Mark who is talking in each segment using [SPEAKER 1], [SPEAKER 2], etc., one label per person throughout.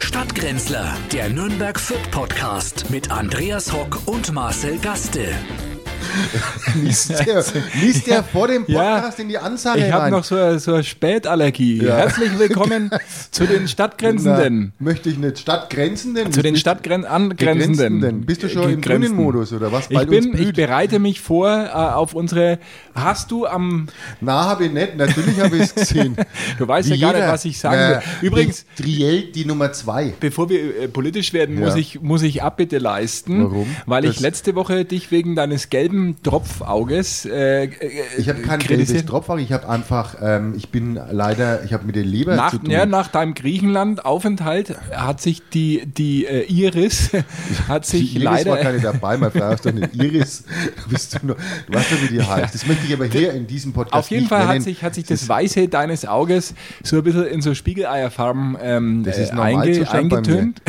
[SPEAKER 1] Stadtgrenzler, der Nürnberg Fit Podcast mit Andreas Hock und Marcel Gaste.
[SPEAKER 2] Liest der, liest der vor dem Podcast
[SPEAKER 3] Ja,
[SPEAKER 2] in die Anzahl
[SPEAKER 3] Ich habe
[SPEAKER 2] hinein?
[SPEAKER 3] noch so eine, so eine Spätallergie.
[SPEAKER 2] Ja.
[SPEAKER 3] Herzlich willkommen zu den Stadtgrenzenden.
[SPEAKER 2] Na, möchte ich nicht. Stadtgrenzenden?
[SPEAKER 3] Zu den
[SPEAKER 2] Bist-
[SPEAKER 3] Stadtgrenzenden.
[SPEAKER 2] Gegrenzenden. Bist du schon im grünen Modus oder was?
[SPEAKER 3] Ich,
[SPEAKER 2] Bald
[SPEAKER 3] bin,
[SPEAKER 2] uns
[SPEAKER 3] ich
[SPEAKER 2] blüht.
[SPEAKER 3] bereite mich vor äh, auf unsere. Hast du am.
[SPEAKER 2] Na, habe ich nicht. Natürlich habe ich es gesehen.
[SPEAKER 3] Du weißt ja gar nicht, was ich sagen will. Übrigens,
[SPEAKER 2] Übrigens. Triell die Nummer zwei.
[SPEAKER 3] bevor wir äh, politisch werden,
[SPEAKER 2] Ja.
[SPEAKER 3] muss, ich, muss ich Abbitte leisten.
[SPEAKER 2] Warum?
[SPEAKER 3] Weil ich
[SPEAKER 2] Das-
[SPEAKER 3] letzte Woche dich wegen deines gelben Tropfauges. Äh, äh,
[SPEAKER 2] Ich habe kein
[SPEAKER 3] kritisiert-
[SPEAKER 2] gelbes Tropfach. Ich habe einfach, ähm, ich bin leider, ich habe mit der Leber
[SPEAKER 3] Nach,
[SPEAKER 2] Äh, zu tun.
[SPEAKER 3] ja, nach deinem Griechenland-Aufenthalt hat sich die, die äh, Iris hat sich
[SPEAKER 2] Die Iris
[SPEAKER 3] leider.
[SPEAKER 2] war keine dabei, meine Frau ist doch nicht Iris. Da Bist du, nur, du weißt doch, wie die heißt. Das möchte ich aber hier in diesem Podcast
[SPEAKER 3] Auf jeden
[SPEAKER 2] nicht
[SPEAKER 3] Fall hat
[SPEAKER 2] nennen.
[SPEAKER 3] sich, hat sich das Weiße deines Auges so ein bisschen in so Spiegeleierfarben ähm,
[SPEAKER 2] Das ist
[SPEAKER 3] äh,
[SPEAKER 2] normal
[SPEAKER 3] einge-
[SPEAKER 2] Zustand bei
[SPEAKER 3] eingetönt.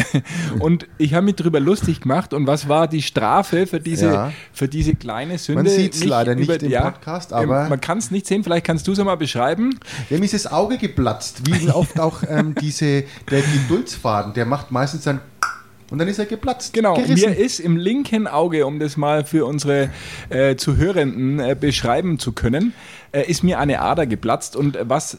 [SPEAKER 3] Und ich habe mich drüber lustig gemacht. Und was war die Strafe für diese,
[SPEAKER 2] Ja.
[SPEAKER 3] für diese kleine Sünde?
[SPEAKER 2] Man sieht's leider nicht im
[SPEAKER 3] ja,
[SPEAKER 2] Podcast,
[SPEAKER 3] ähm,
[SPEAKER 2] aber-
[SPEAKER 3] Man kann es nicht sehen. Vielleicht kannst du es einmal beschreiben.
[SPEAKER 2] Dem ist das Auge geplatzt, wie ihn oft auch ähm, diese, der Geduldsfaden, der macht meistens dann und dann ist er geplatzt.
[SPEAKER 3] Genau,
[SPEAKER 2] gerissen.
[SPEAKER 3] mir ist im linken Auge, um das mal für unsere äh, Zuhörenden äh, beschreiben zu können, äh, ist mir eine Ader geplatzt und äh, was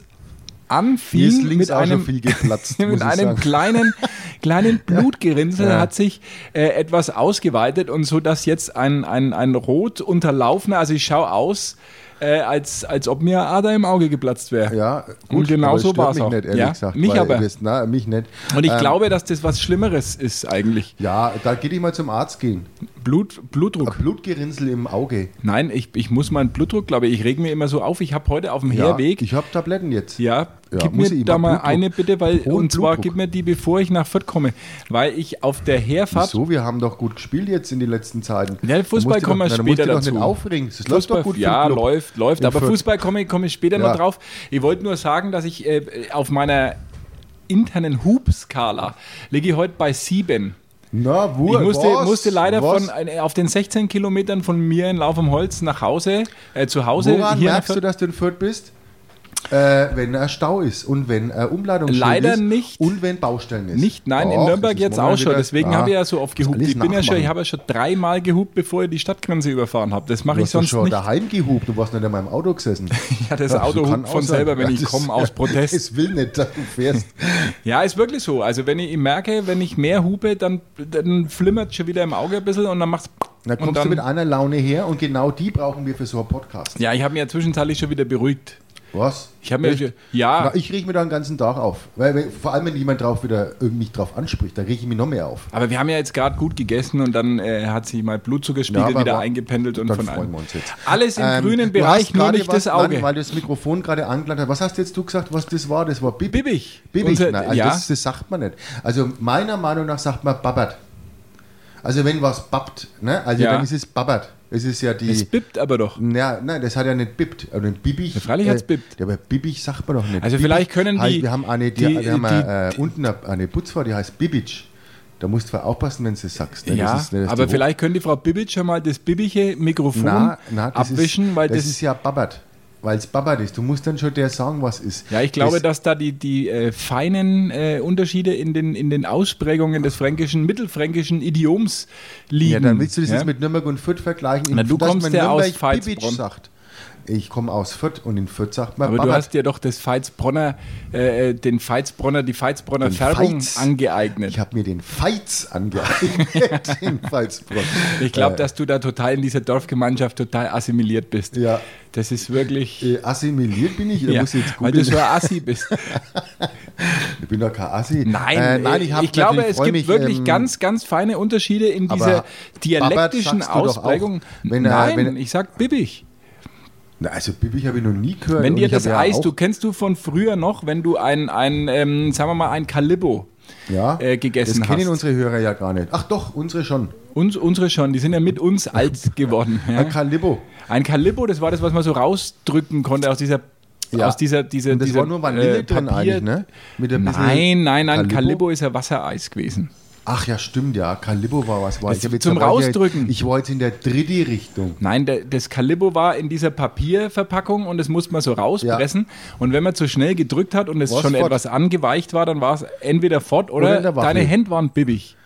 [SPEAKER 2] Mir ist
[SPEAKER 3] anfing
[SPEAKER 2] links
[SPEAKER 3] mit
[SPEAKER 2] auch schon
[SPEAKER 3] einem,
[SPEAKER 2] viel geplatzt. muss
[SPEAKER 3] mit
[SPEAKER 2] ich
[SPEAKER 3] einem
[SPEAKER 2] sagen.
[SPEAKER 3] kleinen, kleinen Blutgerinnsel
[SPEAKER 2] Ja.
[SPEAKER 3] hat sich äh, etwas ausgeweitet und so, dass jetzt ein, ein, ein rot unterlaufener, also ich schaue aus, äh, als, als ob mir eine Ader im Auge geplatzt wäre.
[SPEAKER 2] Ja,
[SPEAKER 3] Und genau
[SPEAKER 2] aber
[SPEAKER 3] so
[SPEAKER 2] es stört
[SPEAKER 3] war's
[SPEAKER 2] mich
[SPEAKER 3] auch.
[SPEAKER 2] nicht, ehrlich
[SPEAKER 3] Ja,
[SPEAKER 2] gesagt.
[SPEAKER 3] mich
[SPEAKER 2] weil
[SPEAKER 3] aber.
[SPEAKER 2] ihr wisst, na, mich nicht.
[SPEAKER 3] Und ich
[SPEAKER 2] Ähm,
[SPEAKER 3] glaube, dass das was Schlimmeres ist eigentlich.
[SPEAKER 2] Ja, da geht ich mal zum Arzt gehen.
[SPEAKER 3] Blut, Blutdruck.
[SPEAKER 2] Blutgerinnsel im Auge.
[SPEAKER 3] Nein, ich, ich muss meinen Blutdruck, glaube ich, ich reg mir immer so auf. Ich habe heute auf dem
[SPEAKER 2] Ja,
[SPEAKER 3] Herweg,
[SPEAKER 2] Ich habe Tabletten jetzt.
[SPEAKER 3] ja,
[SPEAKER 2] Ja,
[SPEAKER 3] gib
[SPEAKER 2] muss
[SPEAKER 3] mir
[SPEAKER 2] ich
[SPEAKER 3] da
[SPEAKER 2] mal
[SPEAKER 3] mal
[SPEAKER 2] Blutdruck.
[SPEAKER 3] eine bitte, weil,
[SPEAKER 2] Hohen
[SPEAKER 3] und zwar
[SPEAKER 2] Blutdruck.
[SPEAKER 3] gib mir die, bevor ich nach Fürth komme, weil ich auf der Herfahrt,
[SPEAKER 2] So, wir haben doch gut gespielt jetzt in den letzten Zeiten.
[SPEAKER 3] Ja, Fußball
[SPEAKER 2] Da musst du
[SPEAKER 3] kommen wir
[SPEAKER 2] doch, da
[SPEAKER 3] später
[SPEAKER 2] musst du
[SPEAKER 3] dazu.
[SPEAKER 2] Doch nicht aufregen. Das läuft
[SPEAKER 3] Fußball,
[SPEAKER 2] doch gut für den
[SPEAKER 3] ja,
[SPEAKER 2] Club.
[SPEAKER 3] läuft, läuft,
[SPEAKER 2] In
[SPEAKER 3] aber
[SPEAKER 2] Fürth.
[SPEAKER 3] Fußball komme ich- komme ich später
[SPEAKER 2] Ja.
[SPEAKER 3] noch drauf. Ich wollte nur sagen, dass ich äh, auf meiner internen Hubskala liege ich heute bei sieben.
[SPEAKER 2] Na, wo,
[SPEAKER 3] Ich musste,
[SPEAKER 2] was?
[SPEAKER 3] musste leider
[SPEAKER 2] Was?
[SPEAKER 3] von, äh, auf den 16 Kilometern von mir in Lauf am Holz nach Hause, äh, zu Hause,
[SPEAKER 2] Woran
[SPEAKER 3] hier nach
[SPEAKER 2] merkst du,
[SPEAKER 3] Fürth-
[SPEAKER 2] dass du in Fürth bist? Äh, wenn ein Stau ist und wenn äh, Umladung
[SPEAKER 3] Leider
[SPEAKER 2] ist
[SPEAKER 3] nicht.
[SPEAKER 2] und wenn Baustellen ist.
[SPEAKER 3] Nicht, nein, in
[SPEAKER 2] Och,
[SPEAKER 3] Nürnberg
[SPEAKER 2] das ist
[SPEAKER 3] jetzt
[SPEAKER 2] momentan
[SPEAKER 3] auch schon.
[SPEAKER 2] wieder-
[SPEAKER 3] Deswegen
[SPEAKER 2] Ah,
[SPEAKER 3] habe ich ja so oft
[SPEAKER 2] muss
[SPEAKER 3] gehupt.
[SPEAKER 2] alles
[SPEAKER 3] Ich bin ja schon,
[SPEAKER 2] nachmachen.
[SPEAKER 3] ich habe ja schon dreimal gehupt, bevor ich die Stadtgrenze überfahren habe. Das mache
[SPEAKER 2] Du
[SPEAKER 3] ich
[SPEAKER 2] hast doch
[SPEAKER 3] sonst
[SPEAKER 2] schon
[SPEAKER 3] nicht.
[SPEAKER 2] daheim gehupt, du warst nicht in meinem Auto gesessen.
[SPEAKER 3] Ja, das Auto
[SPEAKER 2] kann
[SPEAKER 3] hupt
[SPEAKER 2] auch
[SPEAKER 3] von
[SPEAKER 2] sein.
[SPEAKER 3] selber, wenn
[SPEAKER 2] Ja,
[SPEAKER 3] ich
[SPEAKER 2] das-
[SPEAKER 3] komme, aus Protest.
[SPEAKER 2] Es will nicht, dass du fährst.
[SPEAKER 3] Ja, ist wirklich so. Also wenn ich merke, wenn ich mehr hupe, dann, dann flimmert schon wieder im Auge ein bisschen und dann macht's.
[SPEAKER 2] Dann
[SPEAKER 3] und
[SPEAKER 2] kommst du mit einer Laune her und genau die brauchen wir für so einen Podcast.
[SPEAKER 3] ja, ich habe mich ja zwischenzeitlich schon wieder beruhigt.
[SPEAKER 2] Was?
[SPEAKER 3] Ich habe mir
[SPEAKER 2] Echt?
[SPEAKER 3] schon- ja,
[SPEAKER 2] Na, ich rieche mir da den ganzen Tag auf. Weil, weil, vor allem, wenn jemand drauf wieder irgendwie drauf anspricht, dann rieche ich mich noch mehr auf.
[SPEAKER 3] aber wir haben ja jetzt gerade gut gegessen und dann äh, hat sich mein Blutzuckerspiegel
[SPEAKER 2] Ja, aber
[SPEAKER 3] wieder
[SPEAKER 2] wa-
[SPEAKER 3] eingependelt und
[SPEAKER 2] dann
[SPEAKER 3] von
[SPEAKER 2] freuen
[SPEAKER 3] allem.
[SPEAKER 2] wir uns jetzt.
[SPEAKER 3] Alles im
[SPEAKER 2] Ähm,
[SPEAKER 3] grünen
[SPEAKER 2] du
[SPEAKER 3] Bereich,
[SPEAKER 2] hast
[SPEAKER 3] nur
[SPEAKER 2] gerade
[SPEAKER 3] nicht
[SPEAKER 2] was-
[SPEAKER 3] das Auge.
[SPEAKER 2] Nein, weil du das Mikrofon gerade angelangt hast. Was hast jetzt du gesagt, was das war? Das war Bib
[SPEAKER 3] Bibbig.
[SPEAKER 2] Bibbig.
[SPEAKER 3] Unser-
[SPEAKER 2] Nein, also
[SPEAKER 3] ja.
[SPEAKER 2] das, das sagt man nicht. Also meiner Meinung nach sagt man babbert. Also wenn was babbt, ne? also
[SPEAKER 3] Ja.
[SPEAKER 2] dann ist es babbert. Es ist ja die...
[SPEAKER 3] es bippt aber doch.
[SPEAKER 2] ja, nein, das hat ja nicht bippt. Also ein Bibbig,
[SPEAKER 3] Ja, freilich hat's bippt.
[SPEAKER 2] Ja, aber Bibbig sagt man doch nicht.
[SPEAKER 3] Also vielleicht können die-
[SPEAKER 2] Heißt, Halt, wir haben, eine, die,
[SPEAKER 3] die-
[SPEAKER 2] wir haben
[SPEAKER 3] die-
[SPEAKER 2] eine, äh, unten eine, eine Putzfrau, die heißt Bibic. Da musst du aufpassen, wenn du das sagst. ne?
[SPEAKER 3] Ja,
[SPEAKER 2] das ist, ne, das ist
[SPEAKER 3] aber
[SPEAKER 2] die
[SPEAKER 3] vielleicht könnte die Frau Bibic schon mal das bibbige Mikrofon
[SPEAKER 2] na, na, das
[SPEAKER 3] abwischen,
[SPEAKER 2] ist,
[SPEAKER 3] weil
[SPEAKER 2] das,
[SPEAKER 3] das,
[SPEAKER 2] ist ja babbert. Weil es babbert ist. Du musst dann schon der sagen, was ist.
[SPEAKER 3] ja, ich glaube,
[SPEAKER 2] das,
[SPEAKER 3] dass da die, die äh, feinen äh, Unterschiede in den, in den Ausprägungen des fränkischen, mittelfränkischen Idioms liegen.
[SPEAKER 2] Ja, dann willst du das
[SPEAKER 3] Ja?
[SPEAKER 2] jetzt mit Nürnberg und Fürth vergleichen. In,
[SPEAKER 3] Na, du
[SPEAKER 2] dass
[SPEAKER 3] kommst
[SPEAKER 2] man
[SPEAKER 3] ja aus
[SPEAKER 2] Nürnberg
[SPEAKER 3] Veitsbronn.
[SPEAKER 2] Bibic sagt. Ich komme aus Fürth und in Fürth sagt man
[SPEAKER 3] aber du
[SPEAKER 2] babbert.
[SPEAKER 3] hast dir doch das Veitsbronner, äh, den Veitsbronner, die Veitsbronner Färbung
[SPEAKER 2] Veits.
[SPEAKER 3] angeeignet.
[SPEAKER 2] ich habe mir den Feiz angeeignet in Veitsbronn.
[SPEAKER 3] Ich glaube,
[SPEAKER 2] Äh,
[SPEAKER 3] dass du da total in dieser Dorfgemeinschaft total assimiliert bist.
[SPEAKER 2] Ja.
[SPEAKER 3] Das ist wirklich.
[SPEAKER 2] äh, assimiliert bin ich, da
[SPEAKER 3] ja,
[SPEAKER 2] muss ich jetzt
[SPEAKER 3] weil du
[SPEAKER 2] googeln.
[SPEAKER 3] so ein Assi bist.
[SPEAKER 2] ich bin doch kein Assi.
[SPEAKER 3] Nein,
[SPEAKER 2] äh, nein ich, hab
[SPEAKER 3] ich glaube,
[SPEAKER 2] natürlich-
[SPEAKER 3] es
[SPEAKER 2] freu
[SPEAKER 3] gibt
[SPEAKER 2] mich,
[SPEAKER 3] wirklich
[SPEAKER 2] ähm,
[SPEAKER 3] ganz, ganz feine Unterschiede in
[SPEAKER 2] aber
[SPEAKER 3] dieser dialektischen
[SPEAKER 2] Babbert sagst du doch auch,
[SPEAKER 3] Ausprägung.
[SPEAKER 2] wenn er-
[SPEAKER 3] Nein,
[SPEAKER 2] wenn-
[SPEAKER 3] ich sag bibbig.
[SPEAKER 2] Na, also Bibic habe ich noch nie gehört.
[SPEAKER 3] Wenn
[SPEAKER 2] und
[SPEAKER 3] dir
[SPEAKER 2] ich hab
[SPEAKER 3] das
[SPEAKER 2] ja
[SPEAKER 3] Eis,
[SPEAKER 2] auch-
[SPEAKER 3] du kennst du von früher noch, wenn du ein, ein ähm, sagen wir mal, ein Calibbo
[SPEAKER 2] ja,
[SPEAKER 3] äh, gegessen
[SPEAKER 2] Das kennen
[SPEAKER 3] hast.
[SPEAKER 2] unsere Hörer ja gar nicht. Ach doch, unsere schon.
[SPEAKER 3] Uns, unsere schon, die sind ja mit uns alt geworden. Ja?
[SPEAKER 2] Ein Kalibbo.
[SPEAKER 3] Ein Calibbo, das war das, was man so rausdrücken konnte aus dieser,
[SPEAKER 2] Ja.
[SPEAKER 3] aus dieser, diese,
[SPEAKER 2] Und das
[SPEAKER 3] dieser
[SPEAKER 2] war nur Vanille
[SPEAKER 3] äh,
[SPEAKER 2] drin
[SPEAKER 3] Papier-
[SPEAKER 2] eigentlich, ne? Mit ein bisschen
[SPEAKER 3] Nein, nein, nein,
[SPEAKER 2] Calippo.
[SPEAKER 3] Calibbo ist ja Wassereis gewesen.
[SPEAKER 2] Ach ja, stimmt ja. Calibbo war was. War
[SPEAKER 3] Das
[SPEAKER 2] hab jetzt-
[SPEAKER 3] zum
[SPEAKER 2] da war ich ja-
[SPEAKER 3] Rausdrücken.
[SPEAKER 2] Ich war jetzt in der dritten Richtung.
[SPEAKER 3] Nein, der, das Calibbo war in dieser Papierverpackung und das musste man so rauspressen. Und wenn man zu schnell gedrückt hat und es
[SPEAKER 2] War's
[SPEAKER 3] schon
[SPEAKER 2] fort.
[SPEAKER 3] etwas angeweicht war, dann war es entweder fort oder,
[SPEAKER 2] Oder in der Waffel.
[SPEAKER 3] deine Hände waren bibbig.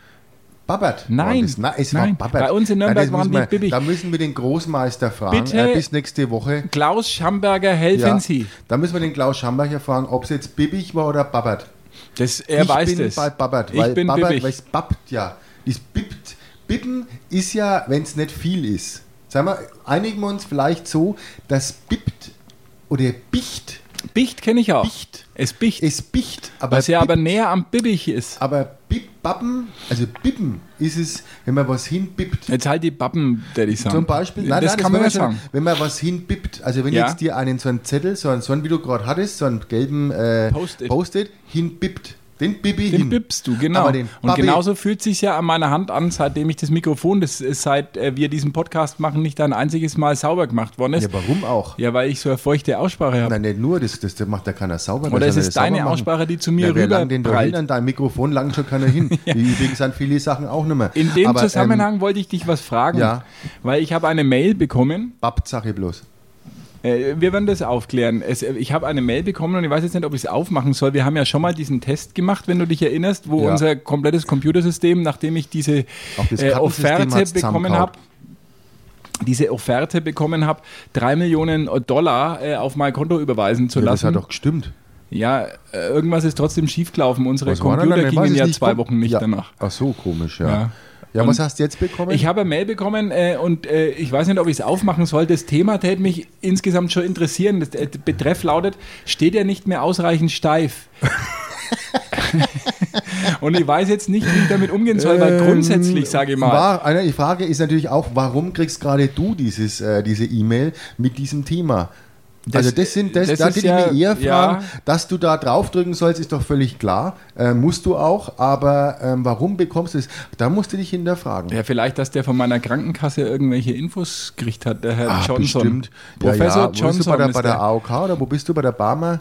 [SPEAKER 2] Babbert.
[SPEAKER 3] Nein,
[SPEAKER 2] war das. Nein, es
[SPEAKER 3] nein.
[SPEAKER 2] war Babbert.
[SPEAKER 3] Bei uns in
[SPEAKER 2] Na,
[SPEAKER 3] Nürnberg
[SPEAKER 2] das
[SPEAKER 3] waren
[SPEAKER 2] müssen
[SPEAKER 3] die Bibi.
[SPEAKER 2] wir, Da müssen wir den Großmeister fragen.
[SPEAKER 3] Bitte?
[SPEAKER 2] Äh, bis nächste Woche.
[SPEAKER 3] Klaus Schamberger, helfen Sie.
[SPEAKER 2] Da müssen wir den Klaus Schambacher fragen, ob es jetzt bibbig war oder babbert.
[SPEAKER 3] Das, er
[SPEAKER 2] ich
[SPEAKER 3] weiß
[SPEAKER 2] bin
[SPEAKER 3] das.
[SPEAKER 2] bei Babbert,
[SPEAKER 3] ich
[SPEAKER 2] weil
[SPEAKER 3] bin
[SPEAKER 2] Babbert,
[SPEAKER 3] bibbig.
[SPEAKER 2] weil es babbt ja. Das bippt. Bippen ist ja, wenn es nicht viel ist. Sagen wir, einigen wir uns vielleicht so, dass bippt oder bicht,
[SPEAKER 3] Bicht kenne ich auch.
[SPEAKER 2] Bicht.
[SPEAKER 3] Es bicht.
[SPEAKER 2] es bicht, aber,
[SPEAKER 3] was ja
[SPEAKER 2] bippt,
[SPEAKER 3] aber näher am bibbig ist.
[SPEAKER 2] aber bip, bappen, also bippen ist es, wenn man was hinbippt.
[SPEAKER 3] Jetzt halt die Bappen, der ich sagen.
[SPEAKER 2] Zum Beispiel,
[SPEAKER 3] das kann man ja
[SPEAKER 2] wollen wir
[SPEAKER 3] sagen.
[SPEAKER 2] schon- wenn man was hinbippt, also wenn
[SPEAKER 3] Ja.
[SPEAKER 2] jetzt dir einen so einen Zettel, so einen, so einen wie du gerade hattest, so einen gelben äh,
[SPEAKER 3] Post-it.
[SPEAKER 2] Post-it hinbippt, den bibbi
[SPEAKER 3] Den
[SPEAKER 2] hin.
[SPEAKER 3] bippst du, genau.
[SPEAKER 2] Aber den
[SPEAKER 3] und
[SPEAKER 2] Babbi-
[SPEAKER 3] genauso fühlt sich ja an meiner Hand an, seitdem ich das Mikrofon, das ist, seit äh, wir diesen Podcast machen, nicht ein einziges Mal sauber gemacht worden ist.
[SPEAKER 2] Ja, warum auch?
[SPEAKER 3] Ja, weil ich so eine feuchte Aussprache habe.
[SPEAKER 2] Nein, nicht nur, das, das macht ja keiner sauber.
[SPEAKER 3] Oder
[SPEAKER 2] das
[SPEAKER 3] es
[SPEAKER 2] soll
[SPEAKER 3] ist
[SPEAKER 2] er sauber
[SPEAKER 3] deine
[SPEAKER 2] machen.
[SPEAKER 3] Aussprache, die zu mir
[SPEAKER 2] ja, wer langt den da
[SPEAKER 3] rüberprallt.
[SPEAKER 2] hin an dein Mikrofon, langen schon keiner hin. Übrigens an viele Sachen auch nicht mehr.
[SPEAKER 3] In dem
[SPEAKER 2] Aber, ähm,
[SPEAKER 3] Zusammenhang wollte ich dich was fragen,
[SPEAKER 2] ja.
[SPEAKER 3] weil ich habe eine Mail bekommen.
[SPEAKER 2] Ähm, Babsache bloß.
[SPEAKER 3] Äh, wir werden das aufklären. Es, äh, ich habe eine Mail bekommen und ich weiß jetzt nicht, ob ich es aufmachen soll. Wir haben ja schon mal diesen Test gemacht, wenn du dich erinnerst, wo
[SPEAKER 2] Ja.
[SPEAKER 3] unser komplettes Computersystem, nachdem ich diese
[SPEAKER 2] Auch das
[SPEAKER 3] äh,
[SPEAKER 2] Kappensystem
[SPEAKER 3] Offerte
[SPEAKER 2] hat's
[SPEAKER 3] bekommen
[SPEAKER 2] zusammengehauen.
[SPEAKER 3] habe, diese Offerte bekommen habe, drei Millionen Dollar äh, auf mein Konto überweisen zu
[SPEAKER 2] Ja, das
[SPEAKER 3] lassen.
[SPEAKER 2] hat doch gestimmt.
[SPEAKER 3] Ja, äh, irgendwas ist trotzdem schiefgelaufen. Unsere
[SPEAKER 2] war denn
[SPEAKER 3] Computer
[SPEAKER 2] denn? Ich weiß
[SPEAKER 3] gingen
[SPEAKER 2] es
[SPEAKER 3] ja
[SPEAKER 2] nicht.
[SPEAKER 3] zwei Wochen nicht
[SPEAKER 2] ja.
[SPEAKER 3] danach.
[SPEAKER 2] Ach so, komisch, ja.
[SPEAKER 3] Ja.
[SPEAKER 2] Ja,
[SPEAKER 3] Und
[SPEAKER 2] was hast du jetzt bekommen?
[SPEAKER 3] Ich habe eine Mail bekommen äh, und äh, ich weiß nicht, ob ich es aufmachen soll. Das Thema täte mich insgesamt schon interessieren. Das äh, Betreff lautet, steht er nicht mehr ausreichend steif? und ich weiß jetzt nicht, wie ich damit umgehen soll, weil
[SPEAKER 2] Ähm,
[SPEAKER 3] grundsätzlich, sage ich mal,
[SPEAKER 2] War, eine Frage ist natürlich auch, warum kriegst gerade du dieses, äh, diese E-Mail mit diesem Thema?
[SPEAKER 3] Das-
[SPEAKER 2] also das sind das,
[SPEAKER 3] das
[SPEAKER 2] da
[SPEAKER 3] ist
[SPEAKER 2] würde ich mich
[SPEAKER 3] ja-
[SPEAKER 2] eher fragen,
[SPEAKER 3] ja.
[SPEAKER 2] dass du da draufdrücken sollst, ist doch völlig klar. Äh, musst du auch, aber ähm, warum bekommst du es? Da musst du dich hinterfragen.
[SPEAKER 3] ja, vielleicht, dass der von meiner Krankenkasse irgendwelche Infos gekriegt hat, der Herr
[SPEAKER 2] Ah,
[SPEAKER 3] Johnson.
[SPEAKER 2] bestimmt. Ja,
[SPEAKER 3] Professor
[SPEAKER 2] ja. Wo
[SPEAKER 3] Johnson.
[SPEAKER 2] bist du bei der,
[SPEAKER 3] ist
[SPEAKER 2] bei der
[SPEAKER 3] der.
[SPEAKER 2] AOK oder wo bist du? Bei der Barmer?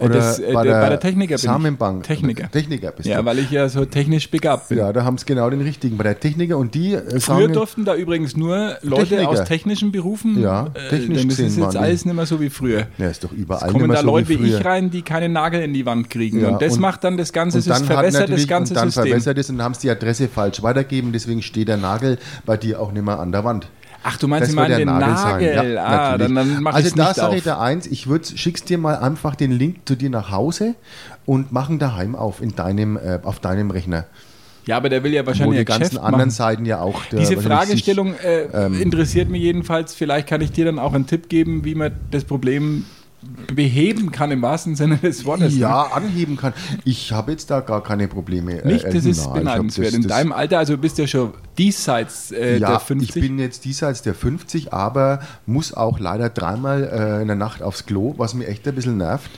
[SPEAKER 3] Äh, das, äh, der- bei der Techniker bin ich.
[SPEAKER 2] Samenbank.
[SPEAKER 3] Techniker.
[SPEAKER 2] Techniker bist
[SPEAKER 3] ja,
[SPEAKER 2] du.
[SPEAKER 3] weil ich ja so technisch begabt bin.
[SPEAKER 2] Ja, da haben es genau den richtigen. Bei der Techniker und die äh,
[SPEAKER 3] Früher
[SPEAKER 2] sagen-
[SPEAKER 3] durften da übrigens nur Leute
[SPEAKER 2] Techniker.
[SPEAKER 3] aus technischen Berufen.
[SPEAKER 2] Ja, technisch
[SPEAKER 3] äh, das ist
[SPEAKER 2] gesehen
[SPEAKER 3] jetzt
[SPEAKER 2] waren die.
[SPEAKER 3] alles nicht mehr so wie früher.
[SPEAKER 2] Ja, ist doch überall
[SPEAKER 3] Kommen
[SPEAKER 2] nimmer
[SPEAKER 3] da
[SPEAKER 2] so wie
[SPEAKER 3] Leute wie
[SPEAKER 2] früher.
[SPEAKER 3] ich rein, die keine Nagel in die Wand kriegen.
[SPEAKER 2] Ja,
[SPEAKER 3] und das
[SPEAKER 2] und-
[SPEAKER 3] macht dann das ganze,
[SPEAKER 2] Und
[SPEAKER 3] System,
[SPEAKER 2] dann
[SPEAKER 3] verwässert das
[SPEAKER 2] natürlich-
[SPEAKER 3] ganze
[SPEAKER 2] und dann
[SPEAKER 3] System.
[SPEAKER 2] verwässert es und haben es die Adresse falsch weitergeben, deswegen steht der Nagel bei dir auch nicht mehr an der Wand.
[SPEAKER 3] Ach, du meinst,
[SPEAKER 2] Das
[SPEAKER 3] sie
[SPEAKER 2] wird
[SPEAKER 3] meinen Also den Nagel.
[SPEAKER 2] sein. Ja,
[SPEAKER 3] ah,
[SPEAKER 2] natürlich.
[SPEAKER 3] dann, dann mach
[SPEAKER 2] also
[SPEAKER 3] ich
[SPEAKER 2] da
[SPEAKER 3] nicht
[SPEAKER 2] sage ich
[SPEAKER 3] auf.
[SPEAKER 2] dir eins, ich würd, schick's dir mal einfach den Link zu dir nach Hause und machen daheim auf in deinem, äh, auf deinem Rechner.
[SPEAKER 3] ja, aber der will ja
[SPEAKER 2] Wo
[SPEAKER 3] wahrscheinlich
[SPEAKER 2] die
[SPEAKER 3] ein
[SPEAKER 2] ganzen
[SPEAKER 3] Geschäft
[SPEAKER 2] anderen
[SPEAKER 3] machen.
[SPEAKER 2] Seiten ja auch. Der,
[SPEAKER 3] Diese
[SPEAKER 2] wahrscheinlich ähm,
[SPEAKER 3] Fragestellung äh, interessiert mich jedenfalls. Vielleicht kann ich dir dann auch einen Tipp geben, wie man das Problem beheben kann im wahrsten Sinne des Wortes.
[SPEAKER 2] Sich,
[SPEAKER 3] ne?
[SPEAKER 2] ja, anheben kann. Ich habe jetzt da gar keine Probleme. äh,
[SPEAKER 3] Nicht, das
[SPEAKER 2] äh,
[SPEAKER 3] ist
[SPEAKER 2] na, ich hab
[SPEAKER 3] beneidenswert.
[SPEAKER 2] das-
[SPEAKER 3] In
[SPEAKER 2] das-
[SPEAKER 3] deinem Alter, also du bist ja schon diesseits äh,
[SPEAKER 2] ja,
[SPEAKER 3] der 50.
[SPEAKER 2] ich bin jetzt diesseits der 50, aber muss auch leider dreimal äh, in der Nacht aufs Klo, was mir echt ein bisschen nervt.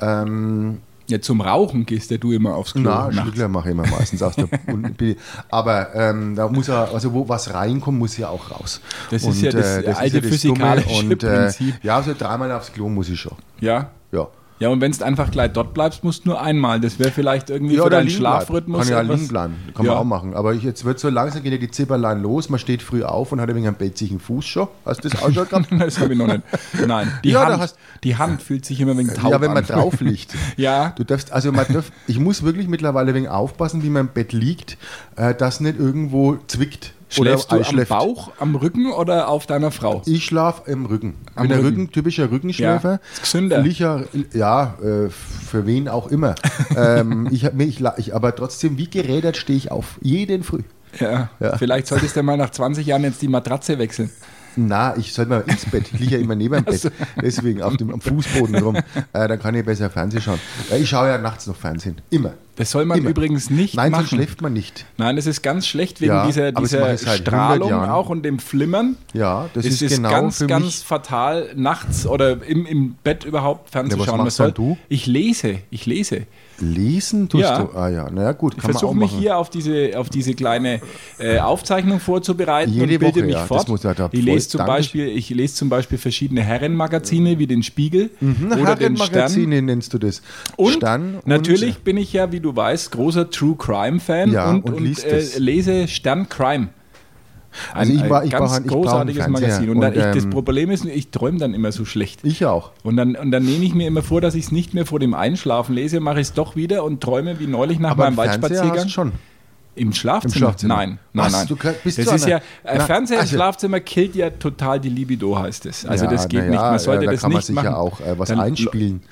[SPEAKER 2] Ähm,
[SPEAKER 3] ja, zum Rauchen gehst ja du immer aufs Klo.
[SPEAKER 2] na,
[SPEAKER 3] nachts.
[SPEAKER 2] Schluckler mache ich immer meistens aus der unten. bin ich- Aber ähm, da muss ja, also wo was reinkommt, muss ja auch raus. äh,
[SPEAKER 3] Das ist ja das alte physikalische
[SPEAKER 2] Dumme und, äh,
[SPEAKER 3] Prinzip.
[SPEAKER 2] Ja, also dreimal aufs Klo muss ich schon.
[SPEAKER 3] Ja.
[SPEAKER 2] Ja.
[SPEAKER 3] Ja, und wenn du einfach gleich dort bleibst, musst du nur einmal. Das wäre vielleicht irgendwie für deinen
[SPEAKER 2] liegen bleiben.
[SPEAKER 3] Schlafrhythmus.
[SPEAKER 2] Kann ja
[SPEAKER 3] etwas-
[SPEAKER 2] liegen bleiben. Kann
[SPEAKER 3] Ja.
[SPEAKER 2] man auch machen. Aber ich, jetzt wird so langsam geht ja die Zipperlein los. Man steht früh auf und hat ein wenig einen betzigen Fuß schon. Hast du das auch schon gehabt?
[SPEAKER 3] Das habe ich noch nicht. Nein, die,
[SPEAKER 2] Ja, da
[SPEAKER 3] Hand,
[SPEAKER 2] hast-
[SPEAKER 3] die Hand fühlt sich immer wegen taub
[SPEAKER 2] ja, wenn man
[SPEAKER 3] an.
[SPEAKER 2] drauf liegt.
[SPEAKER 3] Ja.
[SPEAKER 2] Du darfst, also man darf, ich muss wirklich mittlerweile wegen aufpassen, wie man im Bett liegt, äh, dass nicht irgendwo zwickt
[SPEAKER 3] Schläfst du am
[SPEAKER 2] einschläft.
[SPEAKER 3] Bauch, am Rücken oder auf deiner Frau?
[SPEAKER 2] Ich schlafe im Rücken. Ich
[SPEAKER 3] Am
[SPEAKER 2] bin ein
[SPEAKER 3] Rücken.
[SPEAKER 2] Rücken, typischer Rückenschläfer.
[SPEAKER 3] Ja, ist gesünder.
[SPEAKER 2] Licher, ja, äh, für wen auch immer. ähm, ich, hab mir- ich, la- ich, aber trotzdem, wie gerädert stehe ich auf. Jeden Früh.
[SPEAKER 3] Ja. Vielleicht solltest du mal nach 20 Jahren jetzt die Matratze wechseln.
[SPEAKER 2] Na, ich soll mal ins Bett. Ich liege ja immer neben dem Bett. Deswegen auf dem am Fußboden rum. Äh, dann kann ich besser Fernsehen schauen. Äh, ich schaue ja nachts noch Fernsehen. Immer.
[SPEAKER 3] Das soll man
[SPEAKER 2] Immer.
[SPEAKER 3] übrigens nicht
[SPEAKER 2] Nein,
[SPEAKER 3] machen.
[SPEAKER 2] so schläft man nicht.
[SPEAKER 3] Nein, das ist ganz schlecht wegen
[SPEAKER 2] Ja,
[SPEAKER 3] dieser,
[SPEAKER 2] aber das mache
[SPEAKER 3] dieser
[SPEAKER 2] ich seit 100
[SPEAKER 3] Strahlung
[SPEAKER 2] halt Jahren.
[SPEAKER 3] auch und dem Flimmern.
[SPEAKER 2] Ja, das
[SPEAKER 3] es
[SPEAKER 2] ist, genau
[SPEAKER 3] ganz,
[SPEAKER 2] für
[SPEAKER 3] ganz
[SPEAKER 2] mich.
[SPEAKER 3] fatal, nachts oder im, im Bett überhaupt
[SPEAKER 2] Ja, was
[SPEAKER 3] fernzuschauen.
[SPEAKER 2] machst denn du?
[SPEAKER 3] Ich lese, ich lese.
[SPEAKER 2] Lesen tust
[SPEAKER 3] Ja.
[SPEAKER 2] du. Ah ja, naja gut,
[SPEAKER 3] Ich
[SPEAKER 2] kann man auch
[SPEAKER 3] versuche mich
[SPEAKER 2] machen.
[SPEAKER 3] hier auf diese, auf diese kleine äh, Aufzeichnung vorzubereiten
[SPEAKER 2] Jede
[SPEAKER 3] und bilde
[SPEAKER 2] Woche,
[SPEAKER 3] mich
[SPEAKER 2] ja, das
[SPEAKER 3] fort.
[SPEAKER 2] muss ja da
[SPEAKER 3] ich,
[SPEAKER 2] voll-
[SPEAKER 3] lese zum
[SPEAKER 2] Danke.
[SPEAKER 3] Beispiel, ich lese zum Beispiel verschiedene
[SPEAKER 2] Mhm.
[SPEAKER 3] Herrenmagazine wie den Spiegel oder den Stern.
[SPEAKER 2] Herrenmagazine nennst du das.
[SPEAKER 3] Und
[SPEAKER 2] Stern
[SPEAKER 3] natürlich bin ich ja, wie du weißt, großer True Crime Fan
[SPEAKER 2] Ja,
[SPEAKER 3] und,
[SPEAKER 2] und
[SPEAKER 3] und,
[SPEAKER 2] liest
[SPEAKER 3] äh,
[SPEAKER 2] es.
[SPEAKER 3] lese Stern Crime. Ein,
[SPEAKER 2] Also ich war-
[SPEAKER 3] ein
[SPEAKER 2] ich
[SPEAKER 3] ganz
[SPEAKER 2] war- ich war
[SPEAKER 3] großartiges
[SPEAKER 2] ein Fernseher.
[SPEAKER 3] Magazin. Und, dann,
[SPEAKER 2] Und,
[SPEAKER 3] ich, das
[SPEAKER 2] ähm,
[SPEAKER 3] Problem ist, ich träume dann immer so schlecht.
[SPEAKER 2] Ich auch.
[SPEAKER 3] Und dann, und dann nehme ich mir immer vor, dass ich es nicht mehr vor dem Einschlafen lese, mache ich es doch wieder und träume wie neulich nach
[SPEAKER 2] Aber im
[SPEAKER 3] meinem
[SPEAKER 2] Fernseher hast
[SPEAKER 3] Waldspaziergang.
[SPEAKER 2] du schon.
[SPEAKER 3] Im Schlafzimmer?
[SPEAKER 2] Im Schlafzimmer.
[SPEAKER 3] Nein, nein,
[SPEAKER 2] Was,
[SPEAKER 3] nein.
[SPEAKER 2] du kann- bist
[SPEAKER 3] das
[SPEAKER 2] du
[SPEAKER 3] ist ja,
[SPEAKER 2] einer-
[SPEAKER 3] äh,
[SPEAKER 2] Na,
[SPEAKER 3] Fernseher im
[SPEAKER 2] also-
[SPEAKER 3] Schlafzimmer killt ja total die Libido, heißt es. Also
[SPEAKER 2] Ja,
[SPEAKER 3] das geht
[SPEAKER 2] na ja,
[SPEAKER 3] nicht. Man sollte
[SPEAKER 2] ja, da
[SPEAKER 3] das
[SPEAKER 2] kann man
[SPEAKER 3] nicht
[SPEAKER 2] sich
[SPEAKER 3] machen.
[SPEAKER 2] ja auch äh, was
[SPEAKER 3] Dann-
[SPEAKER 2] einspielen.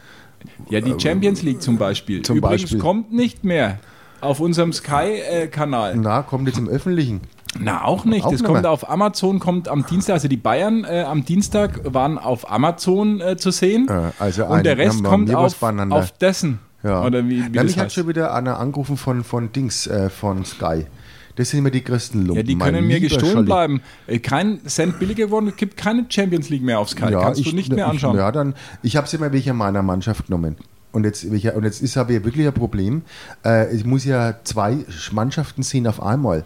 [SPEAKER 3] Ja, die Champions League zum Beispiel.
[SPEAKER 2] Ähm, Zum
[SPEAKER 3] Übrigens
[SPEAKER 2] Beispiel.
[SPEAKER 3] kommt nicht mehr auf unserem Sky-Kanal.
[SPEAKER 2] Na, kommt jetzt im Öffentlichen.
[SPEAKER 3] Na, auch nicht.
[SPEAKER 2] Hm. Auch
[SPEAKER 3] das
[SPEAKER 2] nicht
[SPEAKER 3] kommt
[SPEAKER 2] mehr.
[SPEAKER 3] auf Amazon, kommt am Dienstag. Also die Bayern äh, am Dienstag waren auf Amazon äh, zu sehen.
[SPEAKER 2] Äh, also
[SPEAKER 3] und der
[SPEAKER 2] ein-
[SPEAKER 3] Rest
[SPEAKER 2] haben wir
[SPEAKER 3] kommt
[SPEAKER 2] nie was
[SPEAKER 3] auf,
[SPEAKER 2] beieinander.
[SPEAKER 3] auf dessen.
[SPEAKER 2] Ja.
[SPEAKER 3] Oder wie, wie
[SPEAKER 2] Na,
[SPEAKER 3] das
[SPEAKER 2] mich hat
[SPEAKER 3] heißt.
[SPEAKER 2] schon wieder einer angerufen von, von Dings, äh, von Sky. Das sind immer die größten Lumpen.
[SPEAKER 3] Ja, die
[SPEAKER 2] mein
[SPEAKER 3] können mir
[SPEAKER 2] lieber
[SPEAKER 3] gestohlen
[SPEAKER 2] Scholli.
[SPEAKER 3] bleiben. Äh, Kein Cent billiger geworden, es gibt keine Champions League mehr auf Sky. Äh, Kannst du nicht mehr anschauen.
[SPEAKER 2] Ich, ja, dann, ich habe es immer welcher meiner Mannschaft genommen. Und jetzt, welcher, und jetzt ist habe ich wirklich ein Problem. Äh, ich muss ja zwei Mannschaften sehen auf einmal.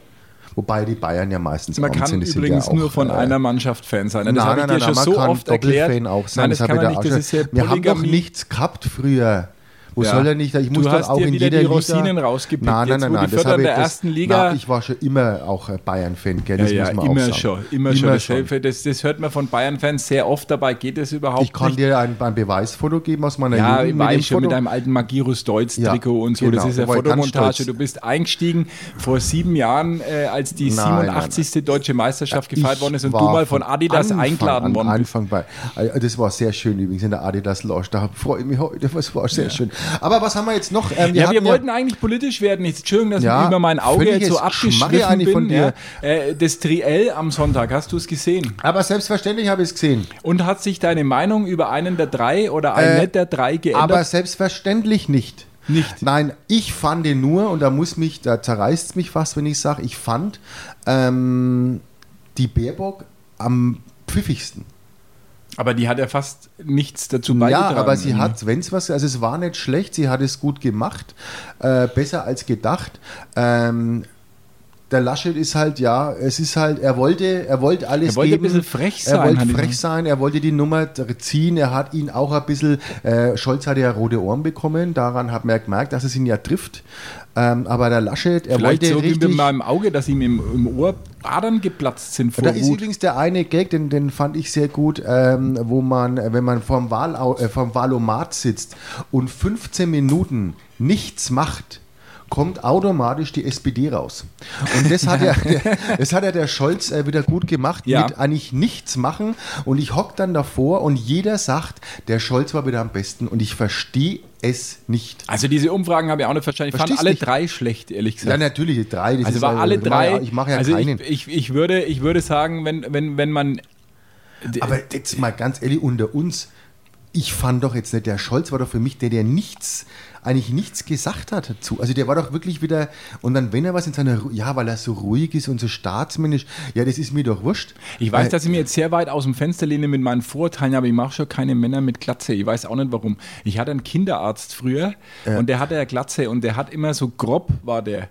[SPEAKER 2] Wobei die Bayern ja meistens
[SPEAKER 3] Also Man
[SPEAKER 2] abends
[SPEAKER 3] kann
[SPEAKER 2] sind, die sind
[SPEAKER 3] übrigens
[SPEAKER 2] ja auch,
[SPEAKER 3] nur von
[SPEAKER 2] äh,
[SPEAKER 3] einer Mannschaft Fan sein. Das
[SPEAKER 2] Nein,
[SPEAKER 3] habe ich
[SPEAKER 2] nein,
[SPEAKER 3] dir
[SPEAKER 2] nein,
[SPEAKER 3] schon
[SPEAKER 2] man
[SPEAKER 3] so
[SPEAKER 2] kann
[SPEAKER 3] oft
[SPEAKER 2] Doppelfan
[SPEAKER 3] erklärt.
[SPEAKER 2] Auch sein.
[SPEAKER 3] Nein, das,
[SPEAKER 2] das
[SPEAKER 3] kann
[SPEAKER 2] hab
[SPEAKER 3] man
[SPEAKER 2] ich da
[SPEAKER 3] nicht. Das
[SPEAKER 2] auch
[SPEAKER 3] ist ja
[SPEAKER 2] schon- Wir haben doch
[SPEAKER 3] Polygamie.
[SPEAKER 2] nichts gehabt früher. Wo
[SPEAKER 3] Ja.
[SPEAKER 2] soll er nicht? Ich
[SPEAKER 3] Du
[SPEAKER 2] muss
[SPEAKER 3] hast
[SPEAKER 2] doch auch
[SPEAKER 3] dir
[SPEAKER 2] in
[SPEAKER 3] wieder
[SPEAKER 2] jeder
[SPEAKER 3] die
[SPEAKER 2] Liga-
[SPEAKER 3] Rosinen rausgepickt,
[SPEAKER 2] Nein,
[SPEAKER 3] jetzt,
[SPEAKER 2] nein, nein,
[SPEAKER 3] wo die
[SPEAKER 2] nein. das
[SPEAKER 3] Förder
[SPEAKER 2] habe ich-
[SPEAKER 3] der
[SPEAKER 2] das-
[SPEAKER 3] ersten Liga-
[SPEAKER 2] Nein, ich war schon immer auch äh, Bayern-Fan, gell? Das
[SPEAKER 3] ja,
[SPEAKER 2] muss
[SPEAKER 3] ja,
[SPEAKER 2] man auch
[SPEAKER 3] immer
[SPEAKER 2] sagen.
[SPEAKER 3] schon, immer, schon. Das, das, das hört man von Bayern-Fans sehr oft, dabei geht es überhaupt
[SPEAKER 2] Ich kann
[SPEAKER 3] nicht.
[SPEAKER 2] dir ein, ein Beweisfoto geben aus meiner
[SPEAKER 3] Ja,
[SPEAKER 2] Jugend.
[SPEAKER 3] war
[SPEAKER 2] dem
[SPEAKER 3] ich schon
[SPEAKER 2] Foto.
[SPEAKER 3] mit einem alten Magirus Deutz-Trikot
[SPEAKER 2] Ja,
[SPEAKER 3] und so. das
[SPEAKER 2] genau,
[SPEAKER 3] ist ja
[SPEAKER 2] da war ich ganz
[SPEAKER 3] Fotomontage.
[SPEAKER 2] stolz.
[SPEAKER 3] Du bist eingestiegen vor sieben Jahren, äh, als die
[SPEAKER 2] Nein, nein,
[SPEAKER 3] 87. deutsche Meisterschaft gefeiert
[SPEAKER 2] Ich
[SPEAKER 3] worden ist und du
[SPEAKER 2] war
[SPEAKER 3] mal von Adidas
[SPEAKER 2] Anfang
[SPEAKER 3] eingeladen
[SPEAKER 2] an,
[SPEAKER 3] worden bist.
[SPEAKER 2] Anfang bei. Also Das war sehr schön übrigens in der Adidas Lounge. Da freue ich mich heute. Das war sehr schön. Aber was haben wir jetzt noch? Ähm,
[SPEAKER 3] Ja, wir
[SPEAKER 2] hatten
[SPEAKER 3] wollten eigentlich politisch werden. Jetzt Entschuldigung, dass
[SPEAKER 2] Ja,
[SPEAKER 3] ich über mein Auge jetzt
[SPEAKER 2] völliges
[SPEAKER 3] so
[SPEAKER 2] Schmarre
[SPEAKER 3] abgeschmissen
[SPEAKER 2] eigentlich
[SPEAKER 3] bin.
[SPEAKER 2] von dir.
[SPEAKER 3] Ja. Äh, das Triell am Sonntag, hast du es gesehen?
[SPEAKER 2] Aber selbstverständlich habe ich es gesehen.
[SPEAKER 3] Und hat sich deine Meinung über einen der drei oder einen
[SPEAKER 2] Äh,
[SPEAKER 3] nicht der drei geändert?
[SPEAKER 2] Aber selbstverständlich nicht.
[SPEAKER 3] Nicht?
[SPEAKER 2] Nein, ich fand ihn nur, und da muss mich, da zerreißt mich fast, wenn ich sage, ich fand ähm, die Baerbock am pfiffigsten.
[SPEAKER 3] Aber die hat ja fast nichts dazu
[SPEAKER 2] Ja,
[SPEAKER 3] beigetragen.
[SPEAKER 2] aber sie hat, wenn es was, also es war nicht schlecht, sie hat es gut gemacht, äh, besser als gedacht. Ähm, der Laschet ist halt, ja, es ist halt, er wollte, er wollte alles
[SPEAKER 3] Er wollte ein
[SPEAKER 2] geben.
[SPEAKER 3] bisschen frech sein,
[SPEAKER 2] Er wollte
[SPEAKER 3] hat er
[SPEAKER 2] frech
[SPEAKER 3] gesagt.
[SPEAKER 2] sein, er wollte die Nummer ziehen, er hat ihn auch ein bisschen, äh, Scholz hat ja rote Ohren bekommen, daran hat man ja gemerkt, dass es ihn ja trifft. Ähm, aber der Laschet, er
[SPEAKER 3] Vielleicht
[SPEAKER 2] wollte
[SPEAKER 3] so wie
[SPEAKER 2] richtig...
[SPEAKER 3] mit meinem Auge, dass ihm im, im Ohr Adern geplatzt sind vor
[SPEAKER 2] Da ist
[SPEAKER 3] Wut.
[SPEAKER 2] übrigens der eine Gag, den, den fand ich sehr gut, ähm, wo man, äh, wenn man vorm, Wahlau äh, vorm Wahlomat sitzt und 15 Minuten nichts macht, kommt automatisch die SPD raus. Und das hat ja, das hat ja der Scholz äh, wieder gut gemacht,
[SPEAKER 3] Ja.
[SPEAKER 2] mit eigentlich nichts machen. Und ich hock dann davor und jeder sagt, der Scholz war wieder am besten und ich verstehe es nicht.
[SPEAKER 3] Also diese Umfragen habe ich auch nicht verstanden. Ich fand
[SPEAKER 2] Verstehst
[SPEAKER 3] alle
[SPEAKER 2] nicht?
[SPEAKER 3] drei schlecht, ehrlich gesagt.
[SPEAKER 2] Ja, natürlich, drei. das
[SPEAKER 3] Also
[SPEAKER 2] ist
[SPEAKER 3] war
[SPEAKER 2] ja-
[SPEAKER 3] alle
[SPEAKER 2] ich mache ja-
[SPEAKER 3] drei.
[SPEAKER 2] Ich mache ja
[SPEAKER 3] also
[SPEAKER 2] keinen.
[SPEAKER 3] Ich, ich, ich, würde, ich würde sagen, wenn, wenn, wenn man. Äh,
[SPEAKER 2] Aber jetzt mal ganz ehrlich, unter uns, ich fand doch jetzt nicht, der Scholz war doch für mich der, der nichts, eigentlich nichts gesagt hat dazu. Also der war doch wirklich wieder, und dann wenn er was in seiner, Ru- ja, weil er so ruhig ist und so staatsmännisch, ja, das ist mir doch wurscht.
[SPEAKER 3] Ich weiß,
[SPEAKER 2] Weil-
[SPEAKER 3] dass ich mir jetzt sehr weit aus dem Fenster lehne mit meinen Vorurteilen, aber ich mache schon keine Männer mit Glatze. Ich weiß auch nicht warum. Ich hatte einen Kinderarzt früher und der hatte ja Glatze und der hat immer so grob war der.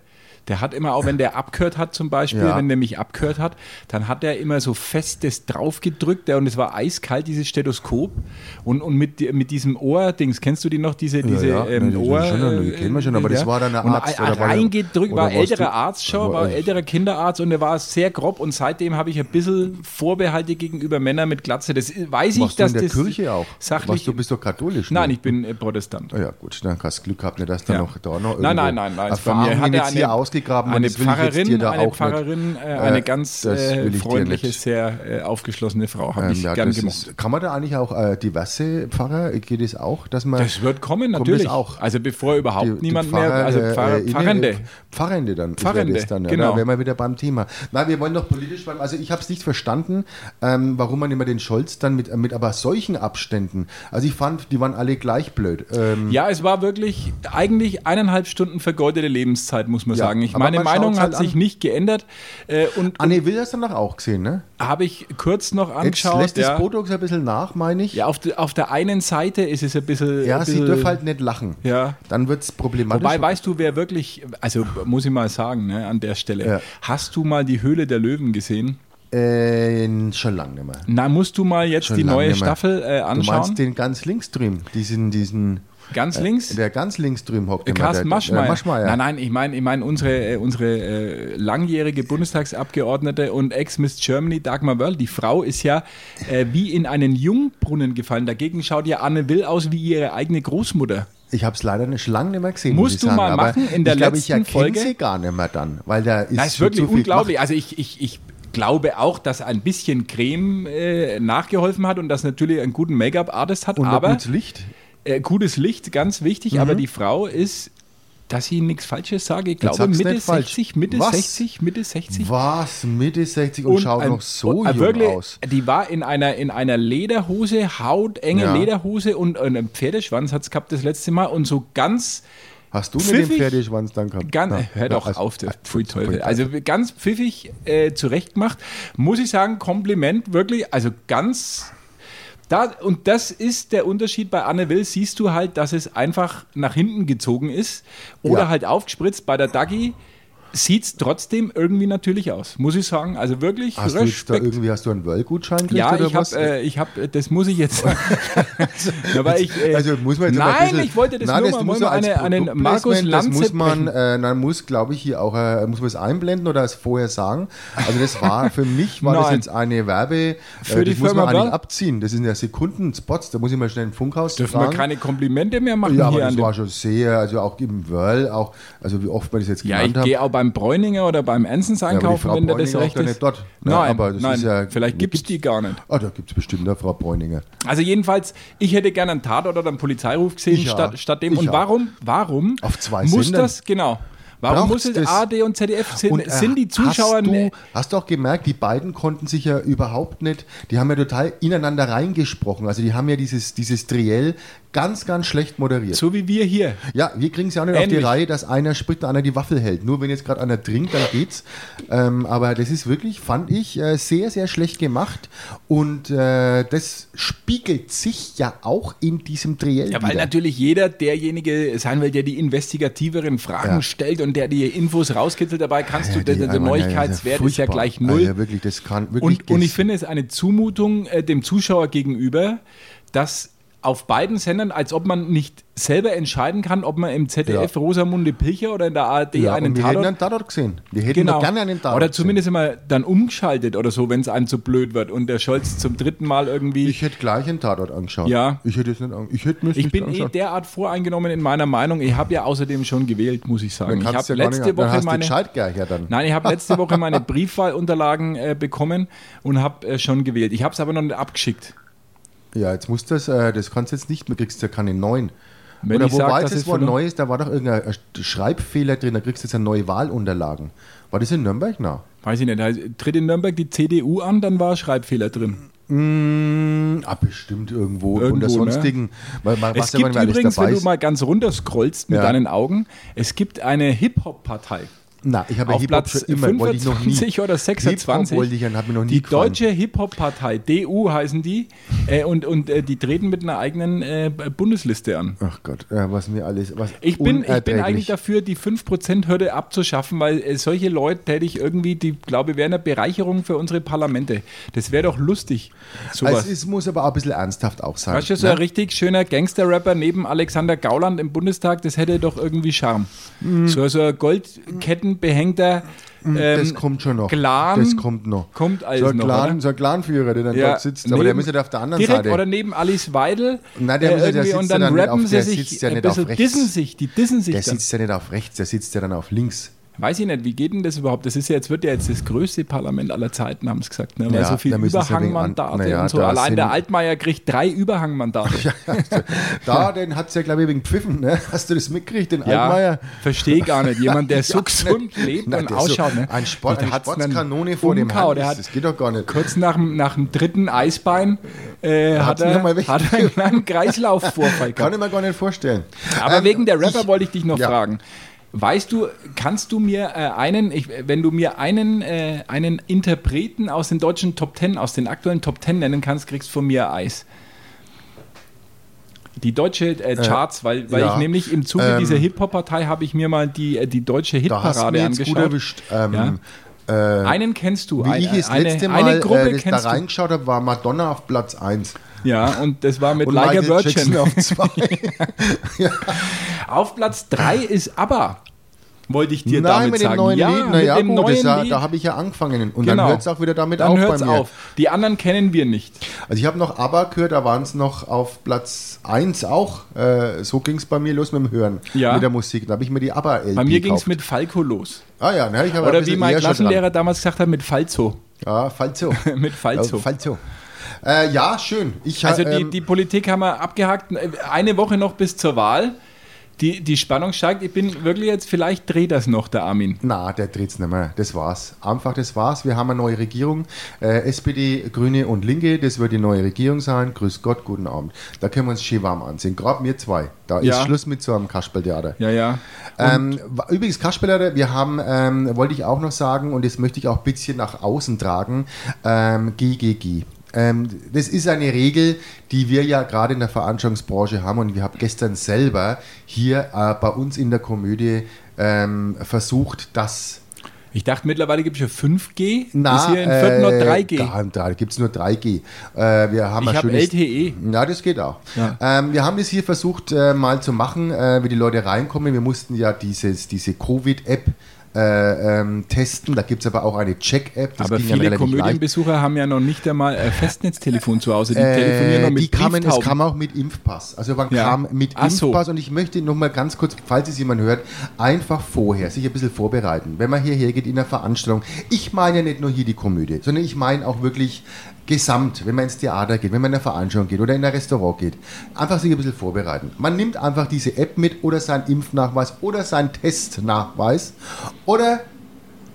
[SPEAKER 3] Der hat immer, auch wenn der abgehört hat zum Beispiel,
[SPEAKER 2] Ja.
[SPEAKER 3] wenn der mich abgehört hat, dann hat er immer so festes draufgedrückt der, und es war eiskalt, dieses Stethoskop. Und, und mit, di- mit diesem Ohr-Dings, kennst du die noch, diese, diese
[SPEAKER 2] ja,
[SPEAKER 3] ähm,
[SPEAKER 2] ne, die
[SPEAKER 3] Ohr...
[SPEAKER 2] schon, ne, die
[SPEAKER 3] äh,
[SPEAKER 2] kennen wir schon, aber das war dann ein
[SPEAKER 3] und
[SPEAKER 2] Arzt,
[SPEAKER 3] ein-
[SPEAKER 2] oder war-
[SPEAKER 3] Reingedrückt, war
[SPEAKER 2] oder warst
[SPEAKER 3] älterer
[SPEAKER 2] du-
[SPEAKER 3] Arzt schon, war
[SPEAKER 2] Aber-
[SPEAKER 3] älterer älterer Kinderarzt und der war sehr grob und seitdem habe ich ein bisschen Vorbehalte gegenüber Männern mit Glatze. Das weiß ich,
[SPEAKER 2] Warst du
[SPEAKER 3] dass
[SPEAKER 2] in der
[SPEAKER 3] das
[SPEAKER 2] Kirche auch?
[SPEAKER 3] sachlich...
[SPEAKER 2] Warst du bist doch katholisch.
[SPEAKER 3] Nein,
[SPEAKER 2] ne?
[SPEAKER 3] ich bin äh, Protestant.
[SPEAKER 2] Ah Ja gut, dann hast du Glück gehabt, ne, dass da
[SPEAKER 3] Ja.
[SPEAKER 2] noch da noch irgendwo
[SPEAKER 3] nein, nein, nein, nein. Bei
[SPEAKER 2] Erfahrungen
[SPEAKER 3] mir hat er
[SPEAKER 2] jetzt hier ausgegraben
[SPEAKER 3] eine
[SPEAKER 2] das will ich jetzt
[SPEAKER 3] Pfarrerin,
[SPEAKER 2] dir da
[SPEAKER 3] eine
[SPEAKER 2] auch nicht.
[SPEAKER 3] Pfarrerin, äh, eine
[SPEAKER 2] Äh,
[SPEAKER 3] ganz
[SPEAKER 2] das will
[SPEAKER 3] äh,
[SPEAKER 2] ich dir
[SPEAKER 3] freundliche,
[SPEAKER 2] nicht.
[SPEAKER 3] sehr äh, aufgeschlossene Frau, habe
[SPEAKER 2] Ähm,
[SPEAKER 3] ich
[SPEAKER 2] ja,
[SPEAKER 3] gern
[SPEAKER 2] das
[SPEAKER 3] gemocht.
[SPEAKER 2] ist, kann man da eigentlich auch äh, diverse Pfarrer, geht es auch, dass man
[SPEAKER 3] Das wird kommen,
[SPEAKER 2] Kommt
[SPEAKER 3] natürlich.
[SPEAKER 2] das auch?
[SPEAKER 3] Also bevor überhaupt niemand mehr, also
[SPEAKER 2] äh,
[SPEAKER 3] Pfarrer,
[SPEAKER 2] äh, innen-
[SPEAKER 3] Pfarrende.
[SPEAKER 2] Pfarrende dann.
[SPEAKER 3] Pfarrende,
[SPEAKER 2] wäre das dann ja.
[SPEAKER 3] genau.
[SPEAKER 2] genau. Da wären wir wieder beim Thema. Nein, wir wollen doch politisch bleiben. Also ich habe es nicht verstanden, ähm, warum man immer den Scholz dann mit, mit aber solchen Abständen, also ich fand, die waren alle gleich blöd. Ähm,
[SPEAKER 3] Ja, es war wirklich eigentlich eineinhalb Stunden vergeudete Lebenszeit, muss man
[SPEAKER 2] Ja,
[SPEAKER 3] sagen. Ich,
[SPEAKER 2] aber
[SPEAKER 3] meine
[SPEAKER 2] man schaut's
[SPEAKER 3] Meinung hat
[SPEAKER 2] halt
[SPEAKER 3] sich
[SPEAKER 2] an.
[SPEAKER 3] nicht geändert äh, und
[SPEAKER 2] Anne Will hast du danach auch gesehen, ne?
[SPEAKER 3] habe ich kurz noch
[SPEAKER 2] Jetzt
[SPEAKER 3] angeschaut.
[SPEAKER 2] lässt
[SPEAKER 3] Ja,
[SPEAKER 2] das Botox ein bisschen nach, meine ich.
[SPEAKER 3] ja auf, de, auf der einen Seite ist es ein bisschen.
[SPEAKER 2] Ja,
[SPEAKER 3] ein
[SPEAKER 2] sie
[SPEAKER 3] bisschen-
[SPEAKER 2] dürfen halt nicht lachen.
[SPEAKER 3] Ja.
[SPEAKER 2] Dann wird es problematisch.
[SPEAKER 3] Wobei, weißt du, wer wirklich, also muss ich mal sagen, ne, an der Stelle,
[SPEAKER 2] Ja.
[SPEAKER 3] hast du mal die Höhle der Löwen gesehen?
[SPEAKER 2] äh, schon lange nicht mehr.
[SPEAKER 3] Na, musst du mal jetzt
[SPEAKER 2] Schon
[SPEAKER 3] die
[SPEAKER 2] lange
[SPEAKER 3] neue
[SPEAKER 2] nicht mehr.
[SPEAKER 3] Staffel äh,
[SPEAKER 2] Du
[SPEAKER 3] anschauen?
[SPEAKER 2] meinst den ganz links drüben, diesen, diesen
[SPEAKER 3] Ganz links?
[SPEAKER 2] Der ganz links drüben hockt.
[SPEAKER 3] Äh,
[SPEAKER 2] immer,
[SPEAKER 3] Carsten Maschmeyer.
[SPEAKER 2] Der Maschmeyer.
[SPEAKER 3] Nein, nein, ich meine ich mein unsere, äh, unsere äh, langjährige Bundestagsabgeordnete und Ex-Miss Germany, Dagmar Wörl, die Frau ist ja äh, wie in einen Jungbrunnen gefallen. Dagegen schaut ja Anne Will aus wie ihre eigene Großmutter.
[SPEAKER 2] Ich habe es leider nicht lange nicht mehr gesehen.
[SPEAKER 3] Musst
[SPEAKER 2] muss ich
[SPEAKER 3] du
[SPEAKER 2] sagen.
[SPEAKER 3] mal
[SPEAKER 2] Aber
[SPEAKER 3] machen in der
[SPEAKER 2] ich glaube,
[SPEAKER 3] letzten
[SPEAKER 2] ich erkenne
[SPEAKER 3] Folge?
[SPEAKER 2] sie gar nicht mehr dann, weil da ist,
[SPEAKER 3] Das ist
[SPEAKER 2] schon
[SPEAKER 3] wirklich
[SPEAKER 2] zu viel
[SPEAKER 3] unglaublich. Also ich, ich, ich glaube auch, dass ein bisschen Creme äh, nachgeholfen hat und dass natürlich einen guten Make-up-Artist hat,
[SPEAKER 2] gemacht. Und
[SPEAKER 3] aber
[SPEAKER 2] aber gutes Licht.
[SPEAKER 3] äh, gutes Licht, ganz wichtig,
[SPEAKER 2] Mhm.
[SPEAKER 3] aber die Frau ist, dass ich nichts Falsches sage, ich glaube
[SPEAKER 2] sag's
[SPEAKER 3] Mitte
[SPEAKER 2] nicht falsch.
[SPEAKER 3] 60, Mitte
[SPEAKER 2] Was?
[SPEAKER 3] 60, Mitte 60.
[SPEAKER 2] Was? Mitte 60 und, schaut
[SPEAKER 3] ein-
[SPEAKER 2] noch so
[SPEAKER 3] und, äh,
[SPEAKER 2] jung
[SPEAKER 3] wirklich,
[SPEAKER 2] aus.
[SPEAKER 3] Die war in einer, in einer Lederhose, hautenge
[SPEAKER 2] Ja.
[SPEAKER 3] Lederhose und einem Pferdeschwanz hat es gehabt das letzte Mal und so ganz
[SPEAKER 2] Hast du mit dem
[SPEAKER 3] pfiffig-
[SPEAKER 2] Pferdeschwanz dann gehabt?
[SPEAKER 3] Ganz, Äh,
[SPEAKER 2] Na,
[SPEAKER 3] hör
[SPEAKER 2] na,
[SPEAKER 3] doch
[SPEAKER 2] also-
[SPEAKER 3] auf, der Pfui Teufel.
[SPEAKER 2] Pfui
[SPEAKER 3] Also ganz pfiffig äh, zurecht gemacht. Muss ich sagen, Kompliment, wirklich, also ganz. Da, und das ist der Unterschied bei Anne Will, siehst du halt, dass es einfach nach hinten gezogen ist oder
[SPEAKER 2] Ja.
[SPEAKER 3] halt aufgespritzt. Bei der Dagi sieht es trotzdem irgendwie natürlich aus, muss ich sagen. Also wirklich
[SPEAKER 2] Hast du jetzt da irgendwie hast du einen Wöllgutschein gekriegt
[SPEAKER 3] ja,
[SPEAKER 2] oder
[SPEAKER 3] ich
[SPEAKER 2] was?
[SPEAKER 3] habe, äh, ich habe, das muss ich jetzt. Aber ich, äh,
[SPEAKER 2] also muss man jetzt mal ein
[SPEAKER 3] nein,
[SPEAKER 2] bisschen,
[SPEAKER 3] ich wollte das
[SPEAKER 2] nein,
[SPEAKER 3] nur mal,
[SPEAKER 2] muss
[SPEAKER 3] wollen wir
[SPEAKER 2] man als
[SPEAKER 3] eine, einen
[SPEAKER 2] Produktplacement,
[SPEAKER 3] Markus Lanze
[SPEAKER 2] Das muss man,
[SPEAKER 3] brechen.
[SPEAKER 2] äh, dann muss, glaube ich, hier auch, äh, muss man es einblenden oder es vorher sagen. Also das war für mich war das
[SPEAKER 3] Nein.
[SPEAKER 2] jetzt eine Werbe.
[SPEAKER 3] Für
[SPEAKER 2] äh,
[SPEAKER 3] die
[SPEAKER 2] das muss
[SPEAKER 3] Firma
[SPEAKER 2] man eigentlich
[SPEAKER 3] Bell?
[SPEAKER 2] abziehen. Das sind ja Sekundenspots. Da muss ich mal schnell ein Funkhaus
[SPEAKER 3] Dürfen wir
[SPEAKER 2] fragen.
[SPEAKER 3] keine Komplimente mehr machen
[SPEAKER 2] ja, aber
[SPEAKER 3] hier
[SPEAKER 2] das
[SPEAKER 3] an dem
[SPEAKER 2] war schon sehr, also auch im Whirl, auch, also wie oft man das jetzt
[SPEAKER 3] Ja, ich
[SPEAKER 2] genannt hat.
[SPEAKER 3] gehe auch beim Bräuninger oder beim Ensens
[SPEAKER 2] aber die
[SPEAKER 3] einkaufen,
[SPEAKER 2] Frau
[SPEAKER 3] wenn der das
[SPEAKER 2] Bräuninger
[SPEAKER 3] recht
[SPEAKER 2] ist doch
[SPEAKER 3] ist.
[SPEAKER 2] nicht dort. Ja,
[SPEAKER 3] nein,
[SPEAKER 2] aber das
[SPEAKER 3] nein,
[SPEAKER 2] ist ja-
[SPEAKER 3] vielleicht gibt es die gar nicht.
[SPEAKER 2] Ah, da gibt es bestimmt eine Frau Bräuninger.
[SPEAKER 3] Also jedenfalls, ich hätte gerne einen Tatort oder einen Polizeiruf gesehen
[SPEAKER 2] Ich auch.
[SPEAKER 3] statt, statt dem.
[SPEAKER 2] Ich
[SPEAKER 3] Und
[SPEAKER 2] auch.
[SPEAKER 3] warum, warum
[SPEAKER 2] Auf zwei
[SPEAKER 3] muss
[SPEAKER 2] Sendern.
[SPEAKER 3] das, genau, warum
[SPEAKER 2] Braucht's
[SPEAKER 3] muss es
[SPEAKER 2] das?
[SPEAKER 3] AD und ZDF, sind,
[SPEAKER 2] Und, äh,
[SPEAKER 3] sind die Zuschauer,
[SPEAKER 2] Hast
[SPEAKER 3] ne-
[SPEAKER 2] du, hast du auch gemerkt, die beiden konnten sich ja überhaupt nicht, die haben ja total ineinander reingesprochen. Also die haben ja dieses, dieses Triell ganz, ganz schlecht moderiert.
[SPEAKER 3] so wie wir hier,
[SPEAKER 2] ja, wir kriegen es ja auch nicht auf
[SPEAKER 3] Ähnlich.
[SPEAKER 2] die Reihe, dass einer spricht und einer die Waffel hält. Nur wenn jetzt gerade einer trinkt, dann geht's. Ähm, aber das ist wirklich, fand ich, äh, sehr, sehr schlecht gemacht. Und äh, das spiegelt sich ja auch in diesem Triell
[SPEAKER 3] Ja, weil
[SPEAKER 2] wieder.
[SPEAKER 3] natürlich jeder derjenige sein will, der die investigativeren Fragen
[SPEAKER 2] Ja.
[SPEAKER 3] stellt und der die Infos rauskitzelt. Dabei kannst
[SPEAKER 2] Ja,
[SPEAKER 3] du, der,
[SPEAKER 2] die-
[SPEAKER 3] der,
[SPEAKER 2] aber, naja,
[SPEAKER 3] Neuigkeitswert ist ja
[SPEAKER 2] furchtbar.
[SPEAKER 3] gleich null.
[SPEAKER 2] Also wirklich, das kann wirklich
[SPEAKER 3] Und, und ich
[SPEAKER 2] ges-
[SPEAKER 3] finde es eine Zumutung äh, dem Zuschauer gegenüber, dass auf beiden Sendern, als ob man nicht selber entscheiden kann, ob man im ZDF
[SPEAKER 2] Ja.
[SPEAKER 3] Rosamunde Pilcher oder in der ARD
[SPEAKER 2] ja,
[SPEAKER 3] einen
[SPEAKER 2] und wir hätten
[SPEAKER 3] Tatort...
[SPEAKER 2] einen Tatort gesehen. Wir hätten
[SPEAKER 3] Genau.
[SPEAKER 2] doch gerne einen Tatort
[SPEAKER 3] Oder
[SPEAKER 2] gesehen.
[SPEAKER 3] zumindest immer dann umgeschaltet oder so, wenn es einem zu blöd wird und der Scholz zum dritten Mal irgendwie.
[SPEAKER 2] Ich hätte gleich einen Tatort angeschaut.
[SPEAKER 3] Ja.
[SPEAKER 2] Ich hätte es nicht angeschaut. Ich hätte mir es
[SPEAKER 3] Ich
[SPEAKER 2] nicht
[SPEAKER 3] bin eh
[SPEAKER 2] angeschaut.
[SPEAKER 3] derart voreingenommen in meiner Meinung. Ich habe ja außerdem schon gewählt, muss ich sagen. Ich
[SPEAKER 2] Dann kannst
[SPEAKER 3] habe
[SPEAKER 2] du ja gar
[SPEAKER 3] letzte
[SPEAKER 2] nicht- dann
[SPEAKER 3] Woche
[SPEAKER 2] hast du
[SPEAKER 3] meine.
[SPEAKER 2] gescheit gleich, ja dann.
[SPEAKER 3] Nein, ich habe letzte Woche meine Briefwahlunterlagen äh, bekommen und habe äh, schon gewählt. Ich habe es aber noch nicht abgeschickt.
[SPEAKER 2] Ja, jetzt muss das, äh, das kannst du jetzt nicht, du kriegst ja keine neuen.
[SPEAKER 3] Wenn
[SPEAKER 2] Oder
[SPEAKER 3] ich sag,
[SPEAKER 2] wobei
[SPEAKER 3] dass
[SPEAKER 2] das
[SPEAKER 3] es
[SPEAKER 2] Wort
[SPEAKER 3] verloren-
[SPEAKER 2] Neues, da war doch irgendein äh, Schreibfehler drin, da kriegst du jetzt ja neue Wahlunterlagen. War das in Nürnberg? Na.
[SPEAKER 3] Weiß ich nicht. Also, tritt in Nürnberg die CDU an, dann war Schreibfehler drin.
[SPEAKER 2] Mm, ah, bestimmt irgendwo,
[SPEAKER 3] Irgendwo,
[SPEAKER 2] unter
[SPEAKER 3] ne?
[SPEAKER 2] sonstigen. Weil man weiß ja,
[SPEAKER 3] Es
[SPEAKER 2] wann
[SPEAKER 3] gibt
[SPEAKER 2] wer alles
[SPEAKER 3] übrigens,
[SPEAKER 2] dabei
[SPEAKER 3] wenn du
[SPEAKER 2] ist.
[SPEAKER 3] mal ganz runter scrollst mit
[SPEAKER 2] Ja.
[SPEAKER 3] deinen Augen, es gibt eine Hip-Hop-Partei.
[SPEAKER 2] Na, ich habe ja
[SPEAKER 3] auf
[SPEAKER 2] Hip-Hop
[SPEAKER 3] Platz
[SPEAKER 2] schon immer, wollte ich noch nie.
[SPEAKER 3] 25 oder 26.
[SPEAKER 2] Hip-Hop wollte ich und hat mir noch nie
[SPEAKER 3] die
[SPEAKER 2] gefallen.
[SPEAKER 3] deutsche Hip-Hop-Partei, DU heißen die, äh, und, und äh, die treten mit einer eigenen äh, Bundesliste an.
[SPEAKER 2] Ach Gott, ja, was mir alles. Was
[SPEAKER 3] Ich bin, ich bin
[SPEAKER 2] unerträglich.
[SPEAKER 3] eigentlich dafür, die 5%-Hürde abzuschaffen, weil äh, solche Leute hätte ich irgendwie, die glaube, wären eine Bereicherung für unsere Parlamente. Das wäre doch lustig, sowas.
[SPEAKER 2] Also Es ist, muss aber auch ein bisschen ernsthaft auch sein.
[SPEAKER 3] Weißt du, so
[SPEAKER 2] ne?
[SPEAKER 3] ein richtig schöner Gangster-Rapper neben Alexander Gauland im Bundestag, das hätte doch irgendwie Charme. So, so ein goldkettenbehängter ähm,
[SPEAKER 2] Mhm. das kommt schon noch.
[SPEAKER 3] Clan
[SPEAKER 2] das kommt noch.
[SPEAKER 3] kommt alles
[SPEAKER 2] so ein
[SPEAKER 3] noch,
[SPEAKER 2] Clan,
[SPEAKER 3] oder?
[SPEAKER 2] So ein Clanführer, der dann dort sitzt. Aber der
[SPEAKER 3] neben-
[SPEAKER 2] müsste auf der anderen
[SPEAKER 3] direkt
[SPEAKER 2] Seite.
[SPEAKER 3] Oder neben Alice Weidel. äh,
[SPEAKER 2] Nein, der müsste- der
[SPEAKER 3] irgendwie,
[SPEAKER 2] sitzt
[SPEAKER 3] und
[SPEAKER 2] ja
[SPEAKER 3] dann
[SPEAKER 2] dann nicht
[SPEAKER 3] rappen
[SPEAKER 2] auf-
[SPEAKER 3] sie
[SPEAKER 2] der
[SPEAKER 3] sich
[SPEAKER 2] sitzt ja
[SPEAKER 3] ein
[SPEAKER 2] nicht auf
[SPEAKER 3] bisschen,
[SPEAKER 2] rechts.
[SPEAKER 3] dissen sich, die dissen sich
[SPEAKER 2] der
[SPEAKER 3] dann.
[SPEAKER 2] sitzt ja nicht auf rechts, der sitzt ja dann auf links.
[SPEAKER 3] Weiß ich nicht, wie geht denn das überhaupt? Das ist ja jetzt, wird ja jetzt das größte Parlament aller Zeiten, haben sie gesagt. Ne? Weil
[SPEAKER 2] Ja,
[SPEAKER 3] so viel
[SPEAKER 2] da müssen sie wegen
[SPEAKER 3] Überhangmandate
[SPEAKER 2] an- naja,
[SPEAKER 3] und so.
[SPEAKER 2] da
[SPEAKER 3] Allein
[SPEAKER 2] sind-
[SPEAKER 3] der Altmaier kriegt drei Überhangmandate.
[SPEAKER 2] Also, Da, den hat es ja, glaube ich, wegen Pfiffen. Ne? Hast du das mitgekriegt, den Altmaier?
[SPEAKER 3] verstehe gar nicht. Jemand, der so
[SPEAKER 2] Ja,
[SPEAKER 3] gesund lebt
[SPEAKER 2] Nein,
[SPEAKER 3] und
[SPEAKER 2] der ist
[SPEAKER 3] ausschaut. ne?
[SPEAKER 2] Ein Sport,
[SPEAKER 3] Der
[SPEAKER 2] eine
[SPEAKER 3] hat's einen
[SPEAKER 2] Sportskanone vor dem Hand.
[SPEAKER 3] Umkau, der
[SPEAKER 2] Das-
[SPEAKER 3] hat
[SPEAKER 2] Das geht doch gar nicht.
[SPEAKER 3] kurz nach, dem- nach dem dritten Eisbein äh, hat,
[SPEAKER 2] Hat's ihn
[SPEAKER 3] er,
[SPEAKER 2] noch mal weg-
[SPEAKER 3] hat er einen kleinen Kreislaufvorfall
[SPEAKER 2] Kann
[SPEAKER 3] gehabt.
[SPEAKER 2] ich mir gar nicht vorstellen.
[SPEAKER 3] Aber
[SPEAKER 2] Ähm,
[SPEAKER 3] wegen der Rapper
[SPEAKER 2] ich-
[SPEAKER 3] wollte ich dich noch
[SPEAKER 2] Ja.
[SPEAKER 3] fragen. Weißt du, kannst du mir äh, einen, ich, wenn du mir einen, äh, einen Interpreten aus den deutschen Top Ten, aus den aktuellen Top Ten nennen kannst, kriegst du von mir Eis. Die deutsche äh, Charts, weil, weil
[SPEAKER 2] ja.
[SPEAKER 3] ich nämlich im Zuge
[SPEAKER 2] Ähm,
[SPEAKER 3] dieser Hip-Hop-Partei habe ich mir mal die, äh, die deutsche
[SPEAKER 2] Da hast du
[SPEAKER 3] Hitparade
[SPEAKER 2] mir jetzt gut
[SPEAKER 3] angeschaut.
[SPEAKER 2] erwischt. Ähm,
[SPEAKER 3] Ja.
[SPEAKER 2] äh,
[SPEAKER 3] Einen kennst du.
[SPEAKER 2] Wie
[SPEAKER 3] eine-
[SPEAKER 2] ich das
[SPEAKER 3] eine,
[SPEAKER 2] letzte
[SPEAKER 3] eine
[SPEAKER 2] Mal
[SPEAKER 3] Gruppe
[SPEAKER 2] äh, das
[SPEAKER 3] kennst
[SPEAKER 2] da
[SPEAKER 3] du.
[SPEAKER 2] reingeschaut habe, war Madonna auf Platz 1.
[SPEAKER 3] Ja, und das war mit
[SPEAKER 2] Und
[SPEAKER 3] Like a
[SPEAKER 2] Michael
[SPEAKER 3] Virgin.
[SPEAKER 2] Jackson auf zwei.
[SPEAKER 3] Auf Platz 3 ist ABBA. Wollte ich dir
[SPEAKER 2] Nein,
[SPEAKER 3] damit
[SPEAKER 2] mit dem
[SPEAKER 3] sagen.
[SPEAKER 2] neuen
[SPEAKER 3] ja,
[SPEAKER 2] Lied.
[SPEAKER 3] mit
[SPEAKER 2] Naja,
[SPEAKER 3] dem
[SPEAKER 2] gut,
[SPEAKER 3] neuen
[SPEAKER 2] das, ja-
[SPEAKER 3] Lied.
[SPEAKER 2] da habe ich ja angefangen. Und
[SPEAKER 3] Genau.
[SPEAKER 2] dann hört es auch wieder damit
[SPEAKER 3] Dann
[SPEAKER 2] auf
[SPEAKER 3] hört's
[SPEAKER 2] bei mir.
[SPEAKER 3] auf. Die anderen kennen wir nicht.
[SPEAKER 2] Also ich habe noch ABBA gehört, da waren es noch auf Platz 1 auch. Äh, so ging es bei mir los mit dem Hören,
[SPEAKER 3] Ja.
[SPEAKER 2] mit der Musik. Da habe ich mir die abba LP
[SPEAKER 3] Bei mir ging es
[SPEAKER 2] gekauft.
[SPEAKER 3] mit Falco los.
[SPEAKER 2] Ah ja, ne, ich habe ein
[SPEAKER 3] Oder wie
[SPEAKER 2] bisschen
[SPEAKER 3] mein
[SPEAKER 2] eher schon dran.
[SPEAKER 3] Klassenlehrer damals gesagt hat, mit Falzo.
[SPEAKER 2] Ja, Falzo.
[SPEAKER 3] Mit Falzo.
[SPEAKER 2] Ja, Falzo. Äh, ja, schön. Ich, ha-
[SPEAKER 3] Also die,
[SPEAKER 2] ähm,
[SPEAKER 3] die Politik haben wir abgehakt. äh, Eine Woche noch bis zur Wahl. Die, die Spannung steigt. Ich bin wirklich jetzt, vielleicht dreht das noch, der Armin.
[SPEAKER 2] Na, der dreht's nicht mehr. Das war's. Einfach, das war's. Wir haben eine neue Regierung. Äh, SPD, Grüne und Linke, das wird die neue Regierung sein. Grüß Gott, guten Abend. Da können wir uns schön warm ansehen. Gerade mir zwei. Da
[SPEAKER 3] Ja.
[SPEAKER 2] ist Schluss mit so einem Kasperltheater.
[SPEAKER 3] Ja, ja.
[SPEAKER 2] Ähm, wa- übrigens, Kasperler, wir haben, ähm, wollte ich auch noch sagen, und das möchte ich auch ein bisschen nach außen tragen, ähm, GGG. Ähm, das ist eine Regel, die wir ja gerade in der Veranstaltungsbranche haben und wir haben gestern selber hier äh, bei uns in der Komödie ähm, versucht, das
[SPEAKER 3] Ich dachte, mittlerweile gibt es ja 5G.
[SPEAKER 2] na, äh,
[SPEAKER 3] ist hier in Fürth noch 3G.
[SPEAKER 2] Da, da gibt es nur 3G. Äh, wir haben
[SPEAKER 3] Ich
[SPEAKER 2] ein
[SPEAKER 3] hab E.
[SPEAKER 2] schönes-
[SPEAKER 3] LTE.
[SPEAKER 2] Ja, das geht auch.
[SPEAKER 3] Ja.
[SPEAKER 2] Ähm, wir haben das hier versucht äh, mal zu machen, äh, wie die Leute reinkommen. Wir mussten ja dieses, diese Covid-App äh, ähm, testen. Da gibt es aber auch eine Check-App. Das
[SPEAKER 3] Aber
[SPEAKER 2] ging dann
[SPEAKER 3] viele
[SPEAKER 2] relativ leicht.
[SPEAKER 3] Komödienbesucher haben ja noch nicht einmal ein Festnetztelefon zu Hause. Die
[SPEAKER 2] Äh,
[SPEAKER 3] telefonieren noch mit
[SPEAKER 2] die kamen, es
[SPEAKER 3] Brieftauben.
[SPEAKER 2] kam auch mit Impfpass. Also man
[SPEAKER 3] Ja.
[SPEAKER 2] kam mit
[SPEAKER 3] Ach so.
[SPEAKER 2] Impfpass und ich möchte noch mal ganz kurz, falls es jemand hört, einfach vorher sich ein bisschen vorbereiten. Wenn man hierher geht in einer Veranstaltung, ich meine ja nicht nur hier die Komödie, sondern ich meine auch wirklich gesamt, wenn man ins Theater geht, wenn man in eine Veranstaltung geht oder in ein Restaurant geht, einfach sich ein bisschen vorbereiten. Man nimmt einfach diese App mit oder seinen Impfnachweis oder seinen Testnachweis oder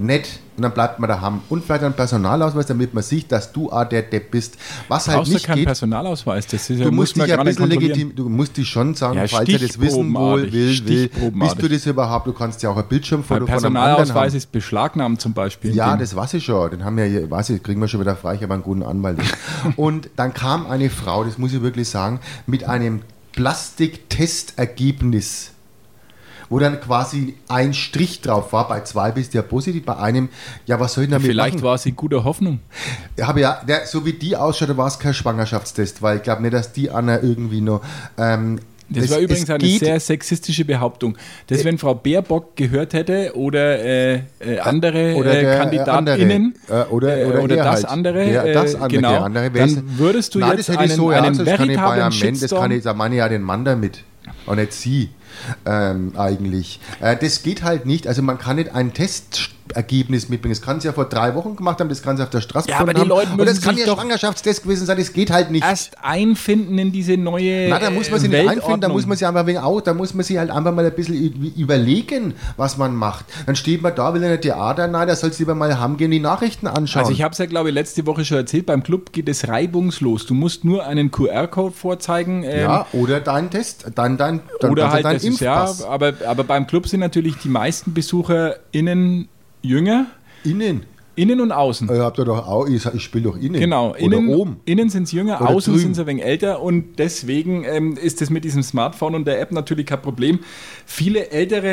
[SPEAKER 2] nett und dann bleibt man daheim und vielleicht einen Personalausweis, damit man sieht, dass du auch der Depp bist. Was halt
[SPEAKER 3] Brauchst du
[SPEAKER 2] nicht
[SPEAKER 3] keinen
[SPEAKER 2] geht,
[SPEAKER 3] Personalausweis? Das ist ja,
[SPEAKER 2] Du musst
[SPEAKER 3] muss man
[SPEAKER 2] dich ja
[SPEAKER 3] gar
[SPEAKER 2] ein
[SPEAKER 3] nicht
[SPEAKER 2] bisschen
[SPEAKER 3] kontrollieren.
[SPEAKER 2] legitim, du musst dich schon sagen,
[SPEAKER 3] Ja,
[SPEAKER 2] falls er das wissen wohl
[SPEAKER 3] stichprobenartig,
[SPEAKER 2] will, will, bist
[SPEAKER 3] stichprobenartig.
[SPEAKER 2] du das überhaupt? Du kannst ja auch ein Bildschirmfoto
[SPEAKER 3] Ein
[SPEAKER 2] von einem anderen
[SPEAKER 3] Personalausweis
[SPEAKER 2] haben.
[SPEAKER 3] ist beschlagnahmt zum Beispiel.
[SPEAKER 2] Ja,
[SPEAKER 3] Den-
[SPEAKER 2] das weiß ich schon. Den haben wir, hier- weiß ich, kriegen wir schon wieder frei. Ich habe einen guten Anwalt. Und dann kam eine Frau, das muss ich wirklich sagen, mit einem Plastiktestergebnis, wo dann quasi ein Strich drauf war. Bei zwei bist du ja positiv, bei einem, ja, was soll ich damit
[SPEAKER 3] Vielleicht
[SPEAKER 2] machen?
[SPEAKER 3] war es in guter Hoffnung.
[SPEAKER 2] Ich habe ja, der, so wie die ausschaut, war es kein Schwangerschaftstest, weil ich glaube nicht, dass die Anna irgendwie noch. Ähm,
[SPEAKER 3] Das,
[SPEAKER 2] es-
[SPEAKER 3] war übrigens
[SPEAKER 2] es
[SPEAKER 3] eine
[SPEAKER 2] geht-
[SPEAKER 3] sehr sexistische Behauptung. Dass wenn Frau Baerbock gehört hätte oder äh, äh, andere
[SPEAKER 2] oder der,
[SPEAKER 3] äh,
[SPEAKER 2] äh,
[SPEAKER 3] KandidatInnen
[SPEAKER 2] andere. Äh, oder-
[SPEAKER 3] äh,
[SPEAKER 2] oder er
[SPEAKER 3] das
[SPEAKER 2] halt.
[SPEAKER 3] andere,
[SPEAKER 2] Der-
[SPEAKER 3] äh,
[SPEAKER 2] das andere,
[SPEAKER 3] genau,
[SPEAKER 2] der andere wär's-
[SPEAKER 3] dann würdest du
[SPEAKER 2] Nein,
[SPEAKER 3] jetzt
[SPEAKER 2] das hätte
[SPEAKER 3] einen,
[SPEAKER 2] ich so
[SPEAKER 3] einen
[SPEAKER 2] ernst, das kann ich bei einem
[SPEAKER 3] veritablen
[SPEAKER 2] Mann, das kann
[SPEAKER 3] Shitstorm
[SPEAKER 2] ich, da meine ich ja den Mann damit und nicht sie ähm, eigentlich. Äh, das geht halt nicht, also man kann nicht ein Testergebnis mitbringen. Das kann es ja vor drei Wochen gemacht haben, das kann es auf der Straße
[SPEAKER 3] Ja, aber
[SPEAKER 2] gefunden
[SPEAKER 3] die
[SPEAKER 2] haben.
[SPEAKER 3] Leute
[SPEAKER 2] und das
[SPEAKER 3] müssen
[SPEAKER 2] kann
[SPEAKER 3] sich
[SPEAKER 2] ja
[SPEAKER 3] doch-
[SPEAKER 2] Schwangerschaftstest gewesen sein, das geht halt nicht.
[SPEAKER 3] erst einfinden in diese neue
[SPEAKER 2] Na, da muss man sich
[SPEAKER 3] äh,
[SPEAKER 2] nicht einfinden, da
[SPEAKER 3] Weltordnung.
[SPEAKER 2] muss man sich einfach wegen out, da muss man sich halt einfach mal ein bisschen ü- überlegen, was man macht. Dann steht man da, will in ein Theater, nein, da sollst du lieber mal heimgehen und die Nachrichten anschauen.
[SPEAKER 3] Also ich habe es ja, glaube ich, letzte Woche schon erzählt, beim Club geht es reibungslos. Du musst nur einen QR-Code vorzeigen. ähm,
[SPEAKER 2] ja, oder deinen Test, dein, dein, dann kannst
[SPEAKER 3] oder
[SPEAKER 2] du
[SPEAKER 3] halt,
[SPEAKER 2] deinen
[SPEAKER 3] das ist, ja, aber, aber beim Club sind natürlich die meisten BesucherInnen jünger,
[SPEAKER 2] Innen.
[SPEAKER 3] innen und außen.
[SPEAKER 2] Ihr habt ja doch auch, ich, ich spiele doch innen.
[SPEAKER 3] Genau,
[SPEAKER 2] Äh, Oder
[SPEAKER 3] innen,
[SPEAKER 2] oben.
[SPEAKER 3] innen sind es jünger,
[SPEAKER 2] Oder
[SPEAKER 3] außen
[SPEAKER 2] drüben.
[SPEAKER 3] sind sie ein wenig älter und deswegen ähm, ist das mit diesem Smartphone und der App natürlich kein Problem. Viele ältere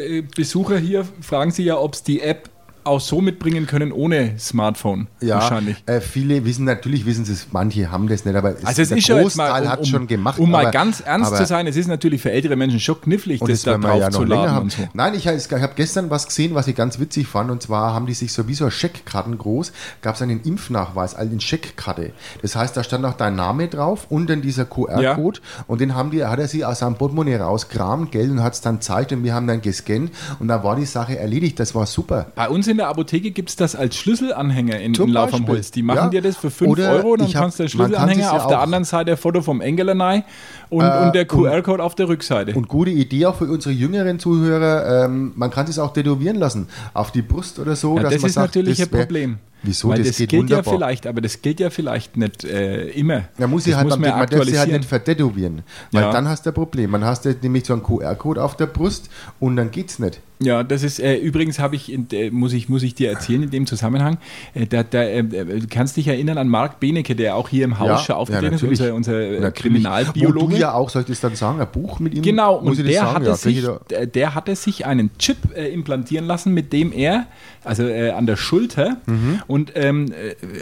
[SPEAKER 3] äh, Besucher hier fragen sich ja, ob es die App auch so mitbringen können ohne Smartphone
[SPEAKER 2] Ja,
[SPEAKER 3] wahrscheinlich.
[SPEAKER 2] Äh, viele wissen, natürlich wissen sie es, manche haben das nicht, aber es,
[SPEAKER 3] Also es
[SPEAKER 2] der
[SPEAKER 3] ist ja jetzt
[SPEAKER 2] Großteil
[SPEAKER 3] mal, um,
[SPEAKER 2] hat
[SPEAKER 3] um,
[SPEAKER 2] schon gemacht.
[SPEAKER 3] um mal
[SPEAKER 2] aber-
[SPEAKER 3] ganz ernst
[SPEAKER 2] aber-
[SPEAKER 3] zu sein, es ist natürlich für ältere Menschen schon knifflig, das da
[SPEAKER 2] werden wir
[SPEAKER 3] drauf zu laden und so.
[SPEAKER 2] Nein, ich, ich habe gestern was gesehen, was ich ganz witzig fand. Und zwar haben die sich sowieso Scheckkarten groß, gab es einen Impfnachweis, also eine Scheckkarte. Das heißt, da stand auch dein Name drauf und dann dieser QR-Code. Und den haben die, hat er sie aus seinem Portemonnaie rausgekramt, Geld und hat es dann gezeigt und wir haben dann gescannt. Und dann war die Sache erledigt. Das war super.
[SPEAKER 3] Bei uns in der Apotheke gibt es das als Schlüsselanhänger in, in
[SPEAKER 2] Zum
[SPEAKER 3] Lauf am
[SPEAKER 2] Beispiel,
[SPEAKER 3] Holz. Die machen
[SPEAKER 2] ja.
[SPEAKER 3] dir das für 5
[SPEAKER 2] Oder
[SPEAKER 3] Euro, dann
[SPEAKER 2] ich hab-
[SPEAKER 3] kannst du den
[SPEAKER 2] man kann
[SPEAKER 3] Schlüsselanhänger
[SPEAKER 2] sich's ja
[SPEAKER 3] auf der
[SPEAKER 2] auch- Äh,
[SPEAKER 3] anderen Seite ein Foto vom Engelanei und, und der QR-Code auf der Rückseite.
[SPEAKER 2] Und gute Idee auch für unsere jüngeren Zuhörer, ähm, man kann es auch tätowieren lassen, auf die Brust oder so.
[SPEAKER 3] ja,
[SPEAKER 2] dass
[SPEAKER 3] das
[SPEAKER 2] man
[SPEAKER 3] ist
[SPEAKER 2] sagt,
[SPEAKER 3] natürlich
[SPEAKER 2] das
[SPEAKER 3] ein
[SPEAKER 2] wär-
[SPEAKER 3] Problem.
[SPEAKER 2] Wieso?
[SPEAKER 3] Weil
[SPEAKER 2] das,
[SPEAKER 3] das,
[SPEAKER 2] geht
[SPEAKER 3] gilt
[SPEAKER 2] wunderbar.
[SPEAKER 3] ja vielleicht, aber das gilt ja vielleicht nicht äh, immer.
[SPEAKER 2] Da muss ich
[SPEAKER 3] das
[SPEAKER 2] halt
[SPEAKER 3] muss
[SPEAKER 2] man,
[SPEAKER 3] man ja
[SPEAKER 2] man darf sie halt
[SPEAKER 3] aktualisieren.
[SPEAKER 2] nicht vertätowieren, weil
[SPEAKER 3] Ja.
[SPEAKER 2] dann hast du ein Problem. Man hast jetzt nämlich so einen QR-Code auf der Brust und dann geht's nicht.
[SPEAKER 3] Ja, das ist äh, übrigens habe ich in, äh, muss ich muss ich dir erzählen in dem Zusammenhang. Äh, da, da, äh, du kannst dich erinnern an Mark Benecke, der auch hier im Haus
[SPEAKER 2] Ja,
[SPEAKER 3] schon aufgetreten
[SPEAKER 2] ja,
[SPEAKER 3] ist,
[SPEAKER 2] natürlich.
[SPEAKER 3] unser, unser äh,
[SPEAKER 2] Natürlich. Wo
[SPEAKER 3] Kriminalbiologe.
[SPEAKER 2] du ja auch, soll ich das dann sagen, ein Buch mit ihm?
[SPEAKER 3] Genau,
[SPEAKER 2] muss
[SPEAKER 3] und
[SPEAKER 2] ich das
[SPEAKER 3] der
[SPEAKER 2] sagen?
[SPEAKER 3] hatte,
[SPEAKER 2] ja, krieg
[SPEAKER 3] sich,
[SPEAKER 2] ich da-
[SPEAKER 3] der, der hatte sich einen Chip äh, implantieren lassen, mit dem er, also äh, an der Schulter,
[SPEAKER 2] Mhm.
[SPEAKER 3] und ähm,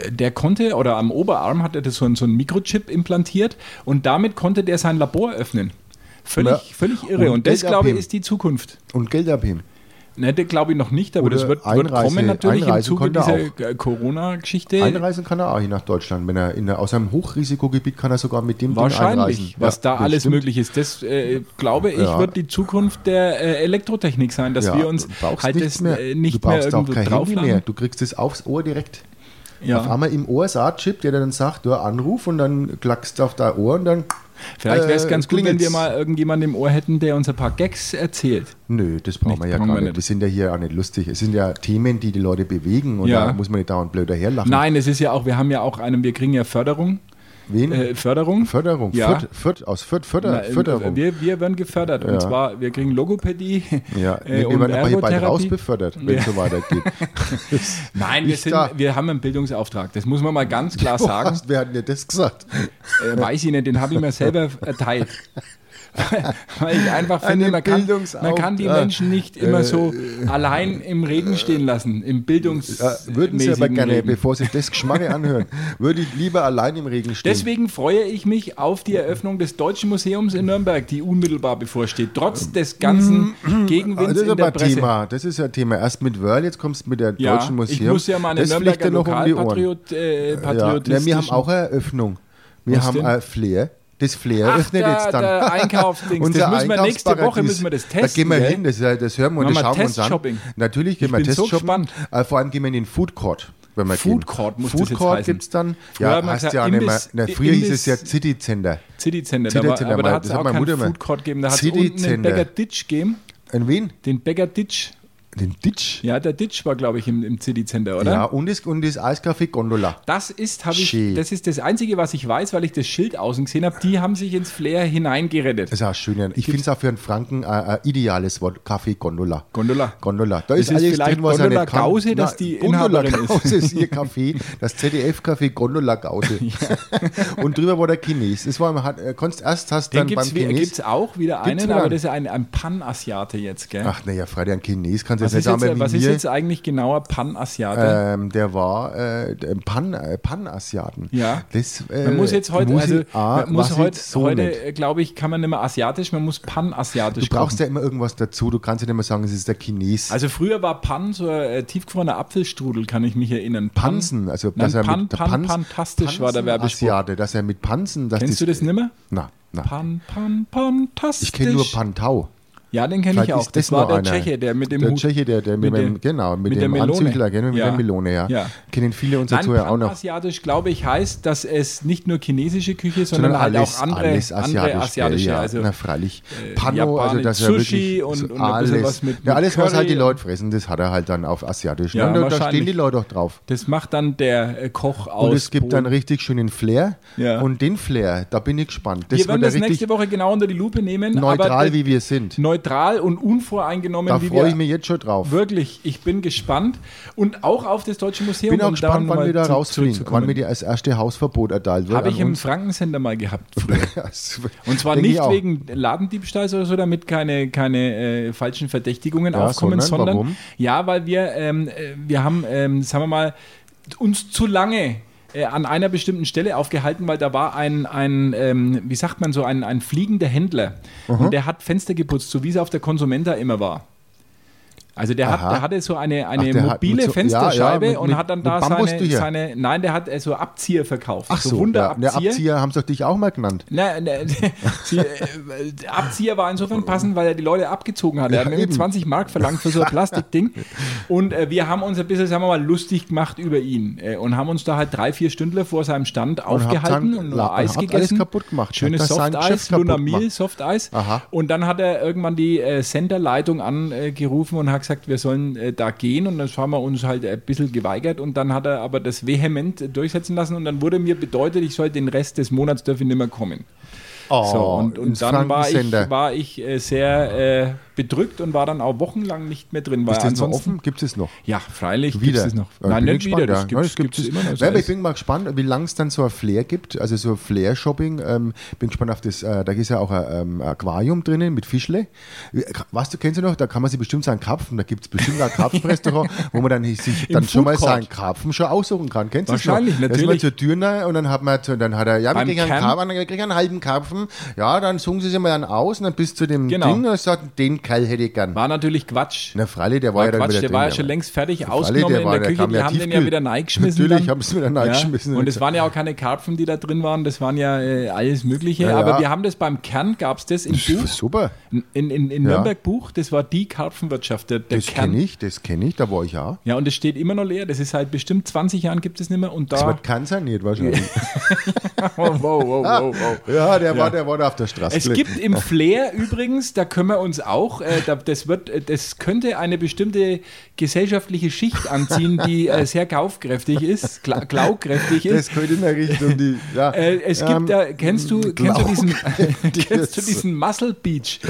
[SPEAKER 3] äh, der konnte, oder am Oberarm hat er das so, ein- so einen Mikrochip implantiert und damit konnte der sein Labor öffnen. Völlig,
[SPEAKER 2] Ja.
[SPEAKER 3] völlig irre. Und,
[SPEAKER 2] Und
[SPEAKER 3] das,
[SPEAKER 2] Geld
[SPEAKER 3] glaube ich,
[SPEAKER 2] abheben.
[SPEAKER 3] ist die Zukunft.
[SPEAKER 2] und Geld abheben.
[SPEAKER 3] Ne, das glaube ich noch nicht, aber
[SPEAKER 2] Oder
[SPEAKER 3] das wird, wird
[SPEAKER 2] Einreise-
[SPEAKER 3] kommen natürlich im
[SPEAKER 2] Einreisen
[SPEAKER 3] Zuge
[SPEAKER 2] konnte er
[SPEAKER 3] dieser äh, Corona-Geschichte.
[SPEAKER 2] Einreisen kann er auch hier nach Deutschland. Wenn er in der, aus einem Hochrisikogebiet kann er sogar mit dem Ding einreisen.
[SPEAKER 3] Wahrscheinlich, was
[SPEAKER 2] Ja,
[SPEAKER 3] da
[SPEAKER 2] das
[SPEAKER 3] alles
[SPEAKER 2] stimmt.
[SPEAKER 3] möglich ist. Das, äh, glaube ich,
[SPEAKER 2] Ja.
[SPEAKER 3] wird die Zukunft der äh, Elektrotechnik sein, dass
[SPEAKER 2] Ja,
[SPEAKER 3] wir uns
[SPEAKER 2] du brauchst
[SPEAKER 3] halt
[SPEAKER 2] nichts
[SPEAKER 3] das
[SPEAKER 2] mehr.
[SPEAKER 3] äh, nicht
[SPEAKER 2] du brauchst
[SPEAKER 3] mehr
[SPEAKER 2] auch
[SPEAKER 3] irgendwo
[SPEAKER 2] kein Handy
[SPEAKER 3] draufladen.
[SPEAKER 2] mehr. Du kriegst es aufs Ohr direkt. Auf
[SPEAKER 3] Ja.
[SPEAKER 2] einmal im Ohr ist ein Chip, der dann sagt, du Anruf und dann klackst du auf dein Ohr und dann.
[SPEAKER 3] Vielleicht wäre es
[SPEAKER 2] äh,
[SPEAKER 3] ganz gut, wenn
[SPEAKER 2] klingelt's.
[SPEAKER 3] wir mal irgendjemanden im Ohr hätten, der uns ein paar Gags erzählt.
[SPEAKER 2] Nö, das brauchen wir
[SPEAKER 3] Nicht,
[SPEAKER 2] ja
[SPEAKER 3] brauchen
[SPEAKER 2] gar
[SPEAKER 3] wir
[SPEAKER 2] nicht.
[SPEAKER 3] nicht.
[SPEAKER 2] Wir sind ja hier auch nicht lustig. Es sind ja Themen, die die Leute bewegen und
[SPEAKER 3] Ja.
[SPEAKER 2] da muss man nicht dauernd blöd daherlachen.
[SPEAKER 3] Nein, es ist ja auch, wir haben ja auch einen, wir kriegen ja Förderung.
[SPEAKER 2] Wen?
[SPEAKER 3] Äh, Förderung.
[SPEAKER 2] Förderung.
[SPEAKER 3] Ja.
[SPEAKER 2] Fürth, Fürth, aus Fürth, Förder,
[SPEAKER 3] Na,
[SPEAKER 2] Förderung.
[SPEAKER 3] äh, wir, wir werden gefördert. Und
[SPEAKER 2] Ja.
[SPEAKER 3] zwar, wir kriegen Logopädie
[SPEAKER 2] ja,
[SPEAKER 3] äh,
[SPEAKER 2] wir
[SPEAKER 3] und
[SPEAKER 2] werden aber hier bald
[SPEAKER 3] Ergotherapie.
[SPEAKER 2] rausbefördert, wenn es so weitergeht.
[SPEAKER 3] Nein, wir,
[SPEAKER 2] Ich
[SPEAKER 3] sind,
[SPEAKER 2] da.
[SPEAKER 3] wir haben einen Bildungsauftrag. Das muss man mal ganz klar sagen.
[SPEAKER 2] Was, wer hat denn dir das gesagt?
[SPEAKER 3] Äh, weiß ich nicht, den habe ich mir selber erteilt. Weil ich einfach finde,
[SPEAKER 2] Einen
[SPEAKER 3] man kann, man
[SPEAKER 2] Bildungsauftrag.
[SPEAKER 3] kann die Menschen nicht immer so allein im Reden stehen lassen, im Bildungs.
[SPEAKER 2] Äh. Ja, Äh, würden Sie aber
[SPEAKER 3] mäßigen
[SPEAKER 2] gerne,
[SPEAKER 3] Reden.
[SPEAKER 2] bevor Sie das Geschmacke anhören, würde ich lieber allein im Regen stehen.
[SPEAKER 3] Deswegen freue ich mich auf die Eröffnung des Deutschen Museums in Nürnberg, die unmittelbar bevorsteht, trotz des ganzen
[SPEAKER 2] Aber Mm.
[SPEAKER 3] Gegenwinds
[SPEAKER 2] Ah, das ist
[SPEAKER 3] in
[SPEAKER 2] aber
[SPEAKER 3] der
[SPEAKER 2] ein
[SPEAKER 3] Presse.
[SPEAKER 2] Thema. Das ist ja ein Thema. Erst mit Wörl, jetzt kommst du mit der
[SPEAKER 3] Ja,
[SPEAKER 2] Deutschen Museum.
[SPEAKER 3] ich muss ja mal eine
[SPEAKER 2] das fliegt
[SPEAKER 3] Nürnberger
[SPEAKER 2] dir noch um die Ohren.
[SPEAKER 3] Lokalpatriot, äh,
[SPEAKER 2] Ja.
[SPEAKER 3] Patriotismus.
[SPEAKER 2] Na, wir haben auch eine Eröffnung. Wir
[SPEAKER 3] Was
[SPEAKER 2] haben
[SPEAKER 3] denn?
[SPEAKER 2] ein Flair. Das Flair
[SPEAKER 3] Ach,
[SPEAKER 2] öffnet
[SPEAKER 3] der-
[SPEAKER 2] jetzt dann.
[SPEAKER 3] der Einkaufsdings.
[SPEAKER 2] Unser
[SPEAKER 3] Das müssen wir nächste Woche
[SPEAKER 2] Einkaufsparadies.
[SPEAKER 3] müssen wir das
[SPEAKER 2] Da gehen
[SPEAKER 3] testen,
[SPEAKER 2] wir
[SPEAKER 3] gell?
[SPEAKER 2] hin, das, äh, das hören wir und
[SPEAKER 3] Machen
[SPEAKER 2] das
[SPEAKER 3] wir
[SPEAKER 2] schauen wir uns
[SPEAKER 3] Testshopping.
[SPEAKER 2] an. Natürlich gehen
[SPEAKER 3] Ich
[SPEAKER 2] wir
[SPEAKER 3] bin so
[SPEAKER 2] Testshopping.
[SPEAKER 3] gespannt.
[SPEAKER 2] Äh, Vor allem gehen wir in den Food Court. Wenn wir
[SPEAKER 3] Food
[SPEAKER 2] gehen.
[SPEAKER 3] Court muss das
[SPEAKER 2] Food
[SPEAKER 3] jetzt
[SPEAKER 2] Court
[SPEAKER 3] heißen.
[SPEAKER 2] gibt es dann.
[SPEAKER 3] Früher hat
[SPEAKER 2] Ja,
[SPEAKER 3] man
[SPEAKER 2] hast
[SPEAKER 3] gesagt,
[SPEAKER 2] ja auch nicht mehr.
[SPEAKER 3] Imbiss-
[SPEAKER 2] Na, früher hieß es ja
[SPEAKER 3] Imbiss-
[SPEAKER 2] City Center.
[SPEAKER 3] City Center, da war-
[SPEAKER 2] City-Center,
[SPEAKER 3] aber da
[SPEAKER 2] mein-
[SPEAKER 3] hat es
[SPEAKER 2] das hat
[SPEAKER 3] auch
[SPEAKER 2] meine
[SPEAKER 3] keinen
[SPEAKER 2] Mutter immer.
[SPEAKER 3] Food Court gegeben, da hat es
[SPEAKER 2] City
[SPEAKER 3] unten einen
[SPEAKER 2] Center.
[SPEAKER 3] Bäcker Ditch gegeben,
[SPEAKER 2] In wen?
[SPEAKER 3] den Bäcker Ditch.
[SPEAKER 2] Den Ditch.
[SPEAKER 3] Ja, der Ditch war, glaube ich, im, im City Center, oder?
[SPEAKER 2] Ja, und das, und das Eiscafé Gondola.
[SPEAKER 3] Das ist, habe ich,
[SPEAKER 2] Schön.
[SPEAKER 3] das ist das Einzige, was ich weiß, weil ich das Schild außen gesehen habe. Die haben sich ins Flair hineingerettet.
[SPEAKER 2] Das ist auch schön. Ich finde es auch für einen Franken äh, ein ideales Wort. Kaffee Gondola.
[SPEAKER 3] Gondola.
[SPEAKER 2] Gondola. Da
[SPEAKER 3] Das
[SPEAKER 2] ist,
[SPEAKER 3] ist
[SPEAKER 2] alles
[SPEAKER 3] vielleicht
[SPEAKER 2] drin, was
[SPEAKER 3] Gondola
[SPEAKER 2] er nicht kann.
[SPEAKER 3] Gause, dass die
[SPEAKER 2] Gondola
[SPEAKER 3] Inhaberin ist.
[SPEAKER 2] Gause ist ihr Café. Das ZDF-Café Gondola Gause. Und drüber war der Chines. Das war, hat, äh, konntest erst hast
[SPEAKER 3] Den
[SPEAKER 2] dann
[SPEAKER 3] gibt
[SPEAKER 2] beim Chines.
[SPEAKER 3] es auch wieder einen,
[SPEAKER 2] Gibt's wieder
[SPEAKER 3] aber
[SPEAKER 2] einen?
[SPEAKER 3] das ist ein, ein Pan-Asiate jetzt, gell?
[SPEAKER 2] Ach, naja, Freddy, ein Chines kannst du
[SPEAKER 3] was,
[SPEAKER 2] jetzt nicht
[SPEAKER 3] ist
[SPEAKER 2] sagen,
[SPEAKER 3] jetzt, äh,
[SPEAKER 2] wie
[SPEAKER 3] was ist
[SPEAKER 2] wir.
[SPEAKER 3] jetzt eigentlich genauer Pan-Asiate?
[SPEAKER 2] ähm, der war äh, der Pan, äh, Pan-Asiaten.
[SPEAKER 3] Ja.
[SPEAKER 2] Das, äh,
[SPEAKER 3] man muss jetzt heute,
[SPEAKER 2] muss ich-
[SPEAKER 3] also,
[SPEAKER 2] ah,
[SPEAKER 3] man muss
[SPEAKER 2] was
[SPEAKER 3] heute,
[SPEAKER 2] jetzt so nicht.
[SPEAKER 3] heute glaube ich, kann man nicht mehr asiatisch, man muss
[SPEAKER 2] Du
[SPEAKER 3] pan-asiatisch kochen.
[SPEAKER 2] brauchst ja immer irgendwas dazu. Du kannst ja nicht mehr sagen, es ist der Chines.
[SPEAKER 3] Also früher war Pan so ein äh, tiefgefrorener Apfelstrudel, kann ich mich erinnern. Pan-
[SPEAKER 2] Pansen, also
[SPEAKER 3] Nein,
[SPEAKER 2] dass er
[SPEAKER 3] Pan,
[SPEAKER 2] mit
[SPEAKER 3] Pan,
[SPEAKER 2] Panz-
[SPEAKER 3] Pantastisch war der Werbespruch.
[SPEAKER 2] Asiate, dass er mit Panzen, dass
[SPEAKER 3] Kennst du das nimmer?
[SPEAKER 2] Na, na.
[SPEAKER 3] Pan, Pan, Pantastisch.
[SPEAKER 2] ich kenne nur Pantau.
[SPEAKER 3] Ja, den kenne ich
[SPEAKER 2] Vielleicht
[SPEAKER 3] auch.
[SPEAKER 2] ist
[SPEAKER 3] Das,
[SPEAKER 2] das
[SPEAKER 3] war der
[SPEAKER 2] nur einer.
[SPEAKER 3] Tscheche, der mit dem
[SPEAKER 2] Der
[SPEAKER 3] Hut.
[SPEAKER 2] Tscheche, der, der mit,
[SPEAKER 3] Mit
[SPEAKER 2] dem,
[SPEAKER 3] der-
[SPEAKER 2] genau, mit,
[SPEAKER 3] mit der
[SPEAKER 2] dem
[SPEAKER 3] Melone.
[SPEAKER 2] Anzügler, genau, mit
[SPEAKER 3] Ja.
[SPEAKER 2] der Melone, ja.
[SPEAKER 3] Ja.
[SPEAKER 2] Kennen viele unserer
[SPEAKER 3] Nein,
[SPEAKER 2] Zuhörer auch noch.
[SPEAKER 3] panasiatisch, glaube ich, heißt, dass es nicht nur chinesische Küche, sondern, halt auch andere,
[SPEAKER 2] alles asiatisch,
[SPEAKER 3] andere asiatische.
[SPEAKER 2] gell, ja,
[SPEAKER 3] also,
[SPEAKER 2] na freilich.
[SPEAKER 3] äh,
[SPEAKER 2] Pano, also
[SPEAKER 3] Japanisch,
[SPEAKER 2] dass er
[SPEAKER 3] Sushi
[SPEAKER 2] wirklich
[SPEAKER 3] und-
[SPEAKER 2] so
[SPEAKER 3] und ein
[SPEAKER 2] alles,
[SPEAKER 3] bisschen was mit-
[SPEAKER 2] ja,
[SPEAKER 3] mit
[SPEAKER 2] alles was
[SPEAKER 3] Curry
[SPEAKER 2] halt die
[SPEAKER 3] und-
[SPEAKER 2] Leute fressen, das hat er halt dann auf asiatisch.
[SPEAKER 3] Ja,
[SPEAKER 2] Ja, und da, da
[SPEAKER 3] wahrscheinlich.
[SPEAKER 2] stehen die Leute auch drauf.
[SPEAKER 3] das macht dann der äh, Koch aus.
[SPEAKER 2] Und es gibt
[SPEAKER 3] Bo-
[SPEAKER 2] dann richtig schönen Flair.
[SPEAKER 3] Ja.
[SPEAKER 2] Und den Flair, da bin ich gespannt. Das
[SPEAKER 3] wir
[SPEAKER 2] wird
[SPEAKER 3] werden
[SPEAKER 2] ja
[SPEAKER 3] das
[SPEAKER 2] richtig
[SPEAKER 3] nächste Woche genau unter die Lupe nehmen.
[SPEAKER 2] neutral,
[SPEAKER 3] aber
[SPEAKER 2] wie wir sind.
[SPEAKER 3] neutral und unvoreingenommen,
[SPEAKER 2] Da
[SPEAKER 3] wie
[SPEAKER 2] freue
[SPEAKER 3] wir
[SPEAKER 2] ich mich jetzt schon drauf.
[SPEAKER 3] Wirklich, ich bin gespannt und auch auf das Deutsche Museum.
[SPEAKER 2] Ich bin auch
[SPEAKER 3] um
[SPEAKER 2] gespannt,
[SPEAKER 3] da
[SPEAKER 2] wann wir da
[SPEAKER 3] nochmal zu-
[SPEAKER 2] rausfliegen, wann mir
[SPEAKER 3] zurückzukommen.
[SPEAKER 2] die als erste Hausverbot erteilt wird.
[SPEAKER 3] Habe
[SPEAKER 2] an
[SPEAKER 3] ich im
[SPEAKER 2] uns.
[SPEAKER 3] Frankensender mal gehabt früher.
[SPEAKER 2] Das
[SPEAKER 3] Und zwar
[SPEAKER 2] denke ich
[SPEAKER 3] nicht
[SPEAKER 2] auch.
[SPEAKER 3] wegen Ladendiebstahls oder so, damit keine, keine äh, falschen Verdächtigungen
[SPEAKER 2] Ja,
[SPEAKER 3] aufkommen, sondern,
[SPEAKER 2] sondern warum?
[SPEAKER 3] ja, weil wir, ähm, äh, wir haben, ähm, sagen wir mal, uns zu lange äh, an einer bestimmten Stelle aufgehalten, weil da war ein, ein ähm, wie sagt man so, ein, ein fliegender Händler. Und der hat Fenster geputzt, so wie es auf der Konsumenta immer war. Also der, hat,
[SPEAKER 2] Aha.
[SPEAKER 3] der hatte so eine,
[SPEAKER 2] Ach,
[SPEAKER 3] eine
[SPEAKER 2] der hat
[SPEAKER 3] mobile
[SPEAKER 2] mit so- ja,
[SPEAKER 3] Fensterscheibe
[SPEAKER 2] ja, mit-
[SPEAKER 3] und
[SPEAKER 2] mit-
[SPEAKER 3] hat dann
[SPEAKER 2] mit
[SPEAKER 3] da seine,
[SPEAKER 2] Bambustücher.
[SPEAKER 3] seine, nein, der hat äh, so Abzieher verkauft.
[SPEAKER 2] Ach so,
[SPEAKER 3] Wunderabzieher.
[SPEAKER 2] Ja, der Abzieher haben sie doch dich auch mal genannt.
[SPEAKER 3] Na, na, sie, äh, der Abzieher war insofern passend, weil er die Leute abgezogen hat. Er
[SPEAKER 2] Ja,
[SPEAKER 3] hat nämlich
[SPEAKER 2] eben.
[SPEAKER 3] 20 Mark verlangt für so ein Plastikding. Und äh, wir haben uns ein bisschen, sagen wir mal, lustig gemacht über ihn. Äh, und haben uns da halt drei, vier Stündler vor seinem Stand aufgehalten
[SPEAKER 2] dann-
[SPEAKER 3] und
[SPEAKER 2] la- und
[SPEAKER 3] nur Eis
[SPEAKER 2] habt alles
[SPEAKER 3] gegessen.
[SPEAKER 2] kaputt gemacht.
[SPEAKER 3] Schönes
[SPEAKER 2] Habt das sein
[SPEAKER 3] Softeis,
[SPEAKER 2] Geschäft kaputt
[SPEAKER 3] Lunamil,
[SPEAKER 2] gemacht.
[SPEAKER 3] Softeis.
[SPEAKER 2] Aha.
[SPEAKER 3] Und dann hat er irgendwann die äh, Senderleitung angerufen und hat gesagt, wir sollen äh, da gehen. Und das haben wir uns halt ein bisschen geweigert. Und dann hat er aber das vehement äh, durchsetzen lassen. Und dann wurde mir bedeutet, ich soll den Rest des Monats dürfen nicht mehr kommen.
[SPEAKER 2] Oh,
[SPEAKER 3] So, und, und
[SPEAKER 2] ins
[SPEAKER 3] dann war ich,
[SPEAKER 2] Frankensender.
[SPEAKER 3] war ich äh, sehr äh, bedrückt und war dann auch wochenlang nicht mehr drin. Weil
[SPEAKER 2] Ist das noch
[SPEAKER 3] ansonsten-
[SPEAKER 2] offen? Gibt es noch?
[SPEAKER 3] Ja, freilich
[SPEAKER 2] Wieder.
[SPEAKER 3] gibt's es noch.
[SPEAKER 2] Ja,
[SPEAKER 3] Nein,
[SPEAKER 2] bin
[SPEAKER 3] nicht
[SPEAKER 2] gespannt,
[SPEAKER 3] wieder. Das
[SPEAKER 2] ja.
[SPEAKER 3] gibt's,
[SPEAKER 2] das gibt's,
[SPEAKER 3] gibt's immer noch. Also
[SPEAKER 2] ja, aber ich
[SPEAKER 3] Das
[SPEAKER 2] bin mal gespannt, wie lange es dann so ein Flair gibt, also so ein Flair-Shopping. Ähm, bin gespannt auf das, äh, da ist ja auch ein ähm, Aquarium drinnen mit Fischle. Was du kennst du noch, da kann man sich bestimmt seinen Karpfen, da gibt es bestimmt auch ein Karpfenrestaurant, wo man dann sich dann schon mal
[SPEAKER 3] Food Court.
[SPEAKER 2] seinen Karpfen schon aussuchen kann. Kennst du das
[SPEAKER 3] Wahrscheinlich,
[SPEAKER 2] noch? Da ist
[SPEAKER 3] natürlich.
[SPEAKER 2] man zur Tür rein und dann hat man, zu- dann hat er, ja, wir
[SPEAKER 3] Beim
[SPEAKER 2] kriegen einen,
[SPEAKER 3] Camp?
[SPEAKER 2] Karpfen, wir kriegen einen halben Karpfen, ja, dann suchen sie sich mal dann aus und dann bis zu dem
[SPEAKER 3] Genau.
[SPEAKER 2] Ding und sagt, den Kerl hätte ich gern.
[SPEAKER 3] war natürlich Quatsch.
[SPEAKER 2] Na, Freilich, der war, ja
[SPEAKER 3] War
[SPEAKER 2] dann
[SPEAKER 3] Ah, Quatsch,
[SPEAKER 2] wieder
[SPEAKER 3] der
[SPEAKER 2] drin,
[SPEAKER 3] war ja
[SPEAKER 2] der
[SPEAKER 3] schon
[SPEAKER 2] Mann.
[SPEAKER 3] längst fertig
[SPEAKER 2] Freilich,
[SPEAKER 3] ausgenommen
[SPEAKER 2] der war-
[SPEAKER 3] in der
[SPEAKER 2] der
[SPEAKER 3] Küche.
[SPEAKER 2] kam
[SPEAKER 3] Die
[SPEAKER 2] ja
[SPEAKER 3] haben den ja
[SPEAKER 2] tiefkühl.
[SPEAKER 3] wieder reingeschmissen.
[SPEAKER 2] Natürlich
[SPEAKER 3] dann.
[SPEAKER 2] haben sie wieder reingeschmissen.
[SPEAKER 3] Ja. Und es waren ja auch keine Karpfen, die da drin waren. Das waren ja äh, alles Mögliche.
[SPEAKER 2] Ja, ja.
[SPEAKER 3] Aber wir haben das beim Kern, gab es das im Buch.
[SPEAKER 2] Super.
[SPEAKER 3] In, in, in
[SPEAKER 2] Ja.
[SPEAKER 3] Nürnberg-Buch, das war die Karpfenwirtschaft, der, der
[SPEAKER 2] Das
[SPEAKER 3] Kern.
[SPEAKER 2] kenne ich, das kenne ich, da war ich auch.
[SPEAKER 3] Ja, und es steht immer noch leer. Das ist halt bestimmt 20 Jahren gibt es nicht mehr. Und
[SPEAKER 2] Das
[SPEAKER 3] da.
[SPEAKER 2] wird kansaniert wahrscheinlich.
[SPEAKER 3] Ah.
[SPEAKER 2] Ah.
[SPEAKER 3] wow, wow, wow, wow.
[SPEAKER 2] Ja, der, War, der war da auf der Straße.
[SPEAKER 3] Es gibt im Flair übrigens, da können wir uns auch, äh, da, das, wird, äh, das könnte eine bestimmte gesellschaftliche Schicht anziehen, die äh, sehr kaufkräftig ist, gla glaukräftig
[SPEAKER 2] das
[SPEAKER 3] ist.
[SPEAKER 2] könnte in der Richtung um die. Ja,
[SPEAKER 3] Äh, es
[SPEAKER 2] ähm,
[SPEAKER 3] gibt, da, kennst du, kennst du diesen, kennst du
[SPEAKER 2] glaukräftiges-
[SPEAKER 3] diesen Muscle Beach,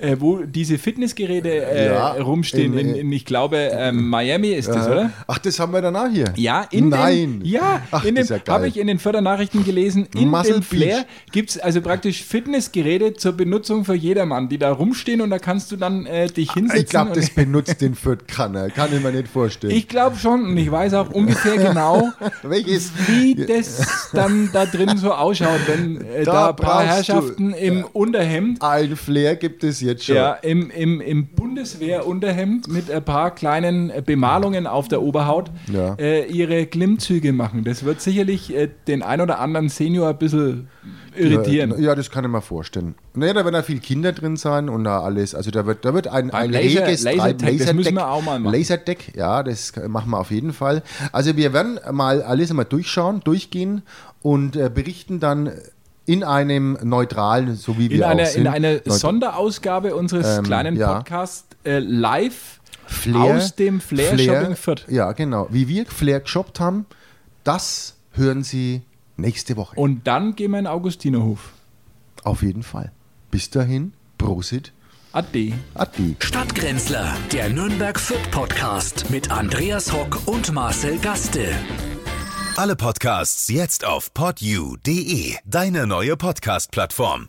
[SPEAKER 3] äh, wo diese Fitnessgeräte äh,
[SPEAKER 2] Ja,
[SPEAKER 3] rumstehen? In,
[SPEAKER 2] in-
[SPEAKER 3] in, ich glaube, ähm, Miami ist das, oder?
[SPEAKER 2] Ach, das haben wir danach hier.
[SPEAKER 3] Ja, in
[SPEAKER 2] Nein.
[SPEAKER 3] den, ja,
[SPEAKER 2] Ach,
[SPEAKER 3] in
[SPEAKER 2] das
[SPEAKER 3] dem
[SPEAKER 2] ist ja geil.
[SPEAKER 3] habe ich in den Fördernachrichten gelesen, in
[SPEAKER 2] Muscle
[SPEAKER 3] dem Flair
[SPEAKER 2] Beach.
[SPEAKER 3] gibt es also praktisch Fitnessgeräte zur Benutzung für jedermann, die da rumstehen und da kannst du dann äh, dich hinsetzen.
[SPEAKER 2] Ich glaube,
[SPEAKER 3] und-
[SPEAKER 2] das benutzt den Fürth Kanner. Kann ich mir nicht vorstellen.
[SPEAKER 3] ich glaube schon und ich weiß auch ungefähr genau,
[SPEAKER 2] Welches?
[SPEAKER 3] wie das dann da drin so ausschaut, wenn äh,
[SPEAKER 2] Da
[SPEAKER 3] da, ein paar
[SPEAKER 2] brauchst
[SPEAKER 3] Herrschaften
[SPEAKER 2] du-
[SPEAKER 3] im Unterhemd,
[SPEAKER 2] Ein Flair gibt es jetzt schon.
[SPEAKER 3] ja, im, im, im Bundeswehr-Unterhemd mit ein paar kleinen äh, Bemalungen auf der Oberhaut
[SPEAKER 2] Ja.
[SPEAKER 3] äh, ihre Klimmzüge machen. Das wird sicherlich äh, den ein oder anderen Senior ein bisschen irritieren.
[SPEAKER 2] Äh, Ja, das kann ich mir vorstellen. Naja, da werden da viel Kinder drin sein und da alles. Also da wird, da wird ein, ein
[SPEAKER 3] Laser-
[SPEAKER 2] reges Treiben-
[SPEAKER 3] Lasertag, das müssen wir auch mal machen.
[SPEAKER 2] Laserdeck, ja, das machen wir auf jeden Fall. Also wir werden mal alles mal durchschauen, durchgehen und äh, berichten dann in einem neutralen, so wie wir
[SPEAKER 3] In
[SPEAKER 2] auch
[SPEAKER 3] einer,
[SPEAKER 2] sind.
[SPEAKER 3] in einer
[SPEAKER 2] neut-
[SPEAKER 3] Sonderausgabe unseres
[SPEAKER 2] Ähm,
[SPEAKER 3] kleinen
[SPEAKER 2] ja.
[SPEAKER 3] Podcasts äh, live
[SPEAKER 2] Flair-
[SPEAKER 3] aus dem Flair, Shopping Fürth.
[SPEAKER 2] Ja, genau. Wie wir Flair geshoppt haben, das hören Sie nächste Woche.
[SPEAKER 3] Und dann gehen wir in den Augustinerhof.
[SPEAKER 2] auf jeden Fall. Bis dahin, Prosit,
[SPEAKER 3] Ade.
[SPEAKER 2] Adi.
[SPEAKER 1] Stadtgrenzler, der Nürnberg Fit Podcast mit Andreas Hock und Marcel Gaste.
[SPEAKER 4] Alle Podcasts jetzt auf podyou.de, deine neue Podcast-Plattform.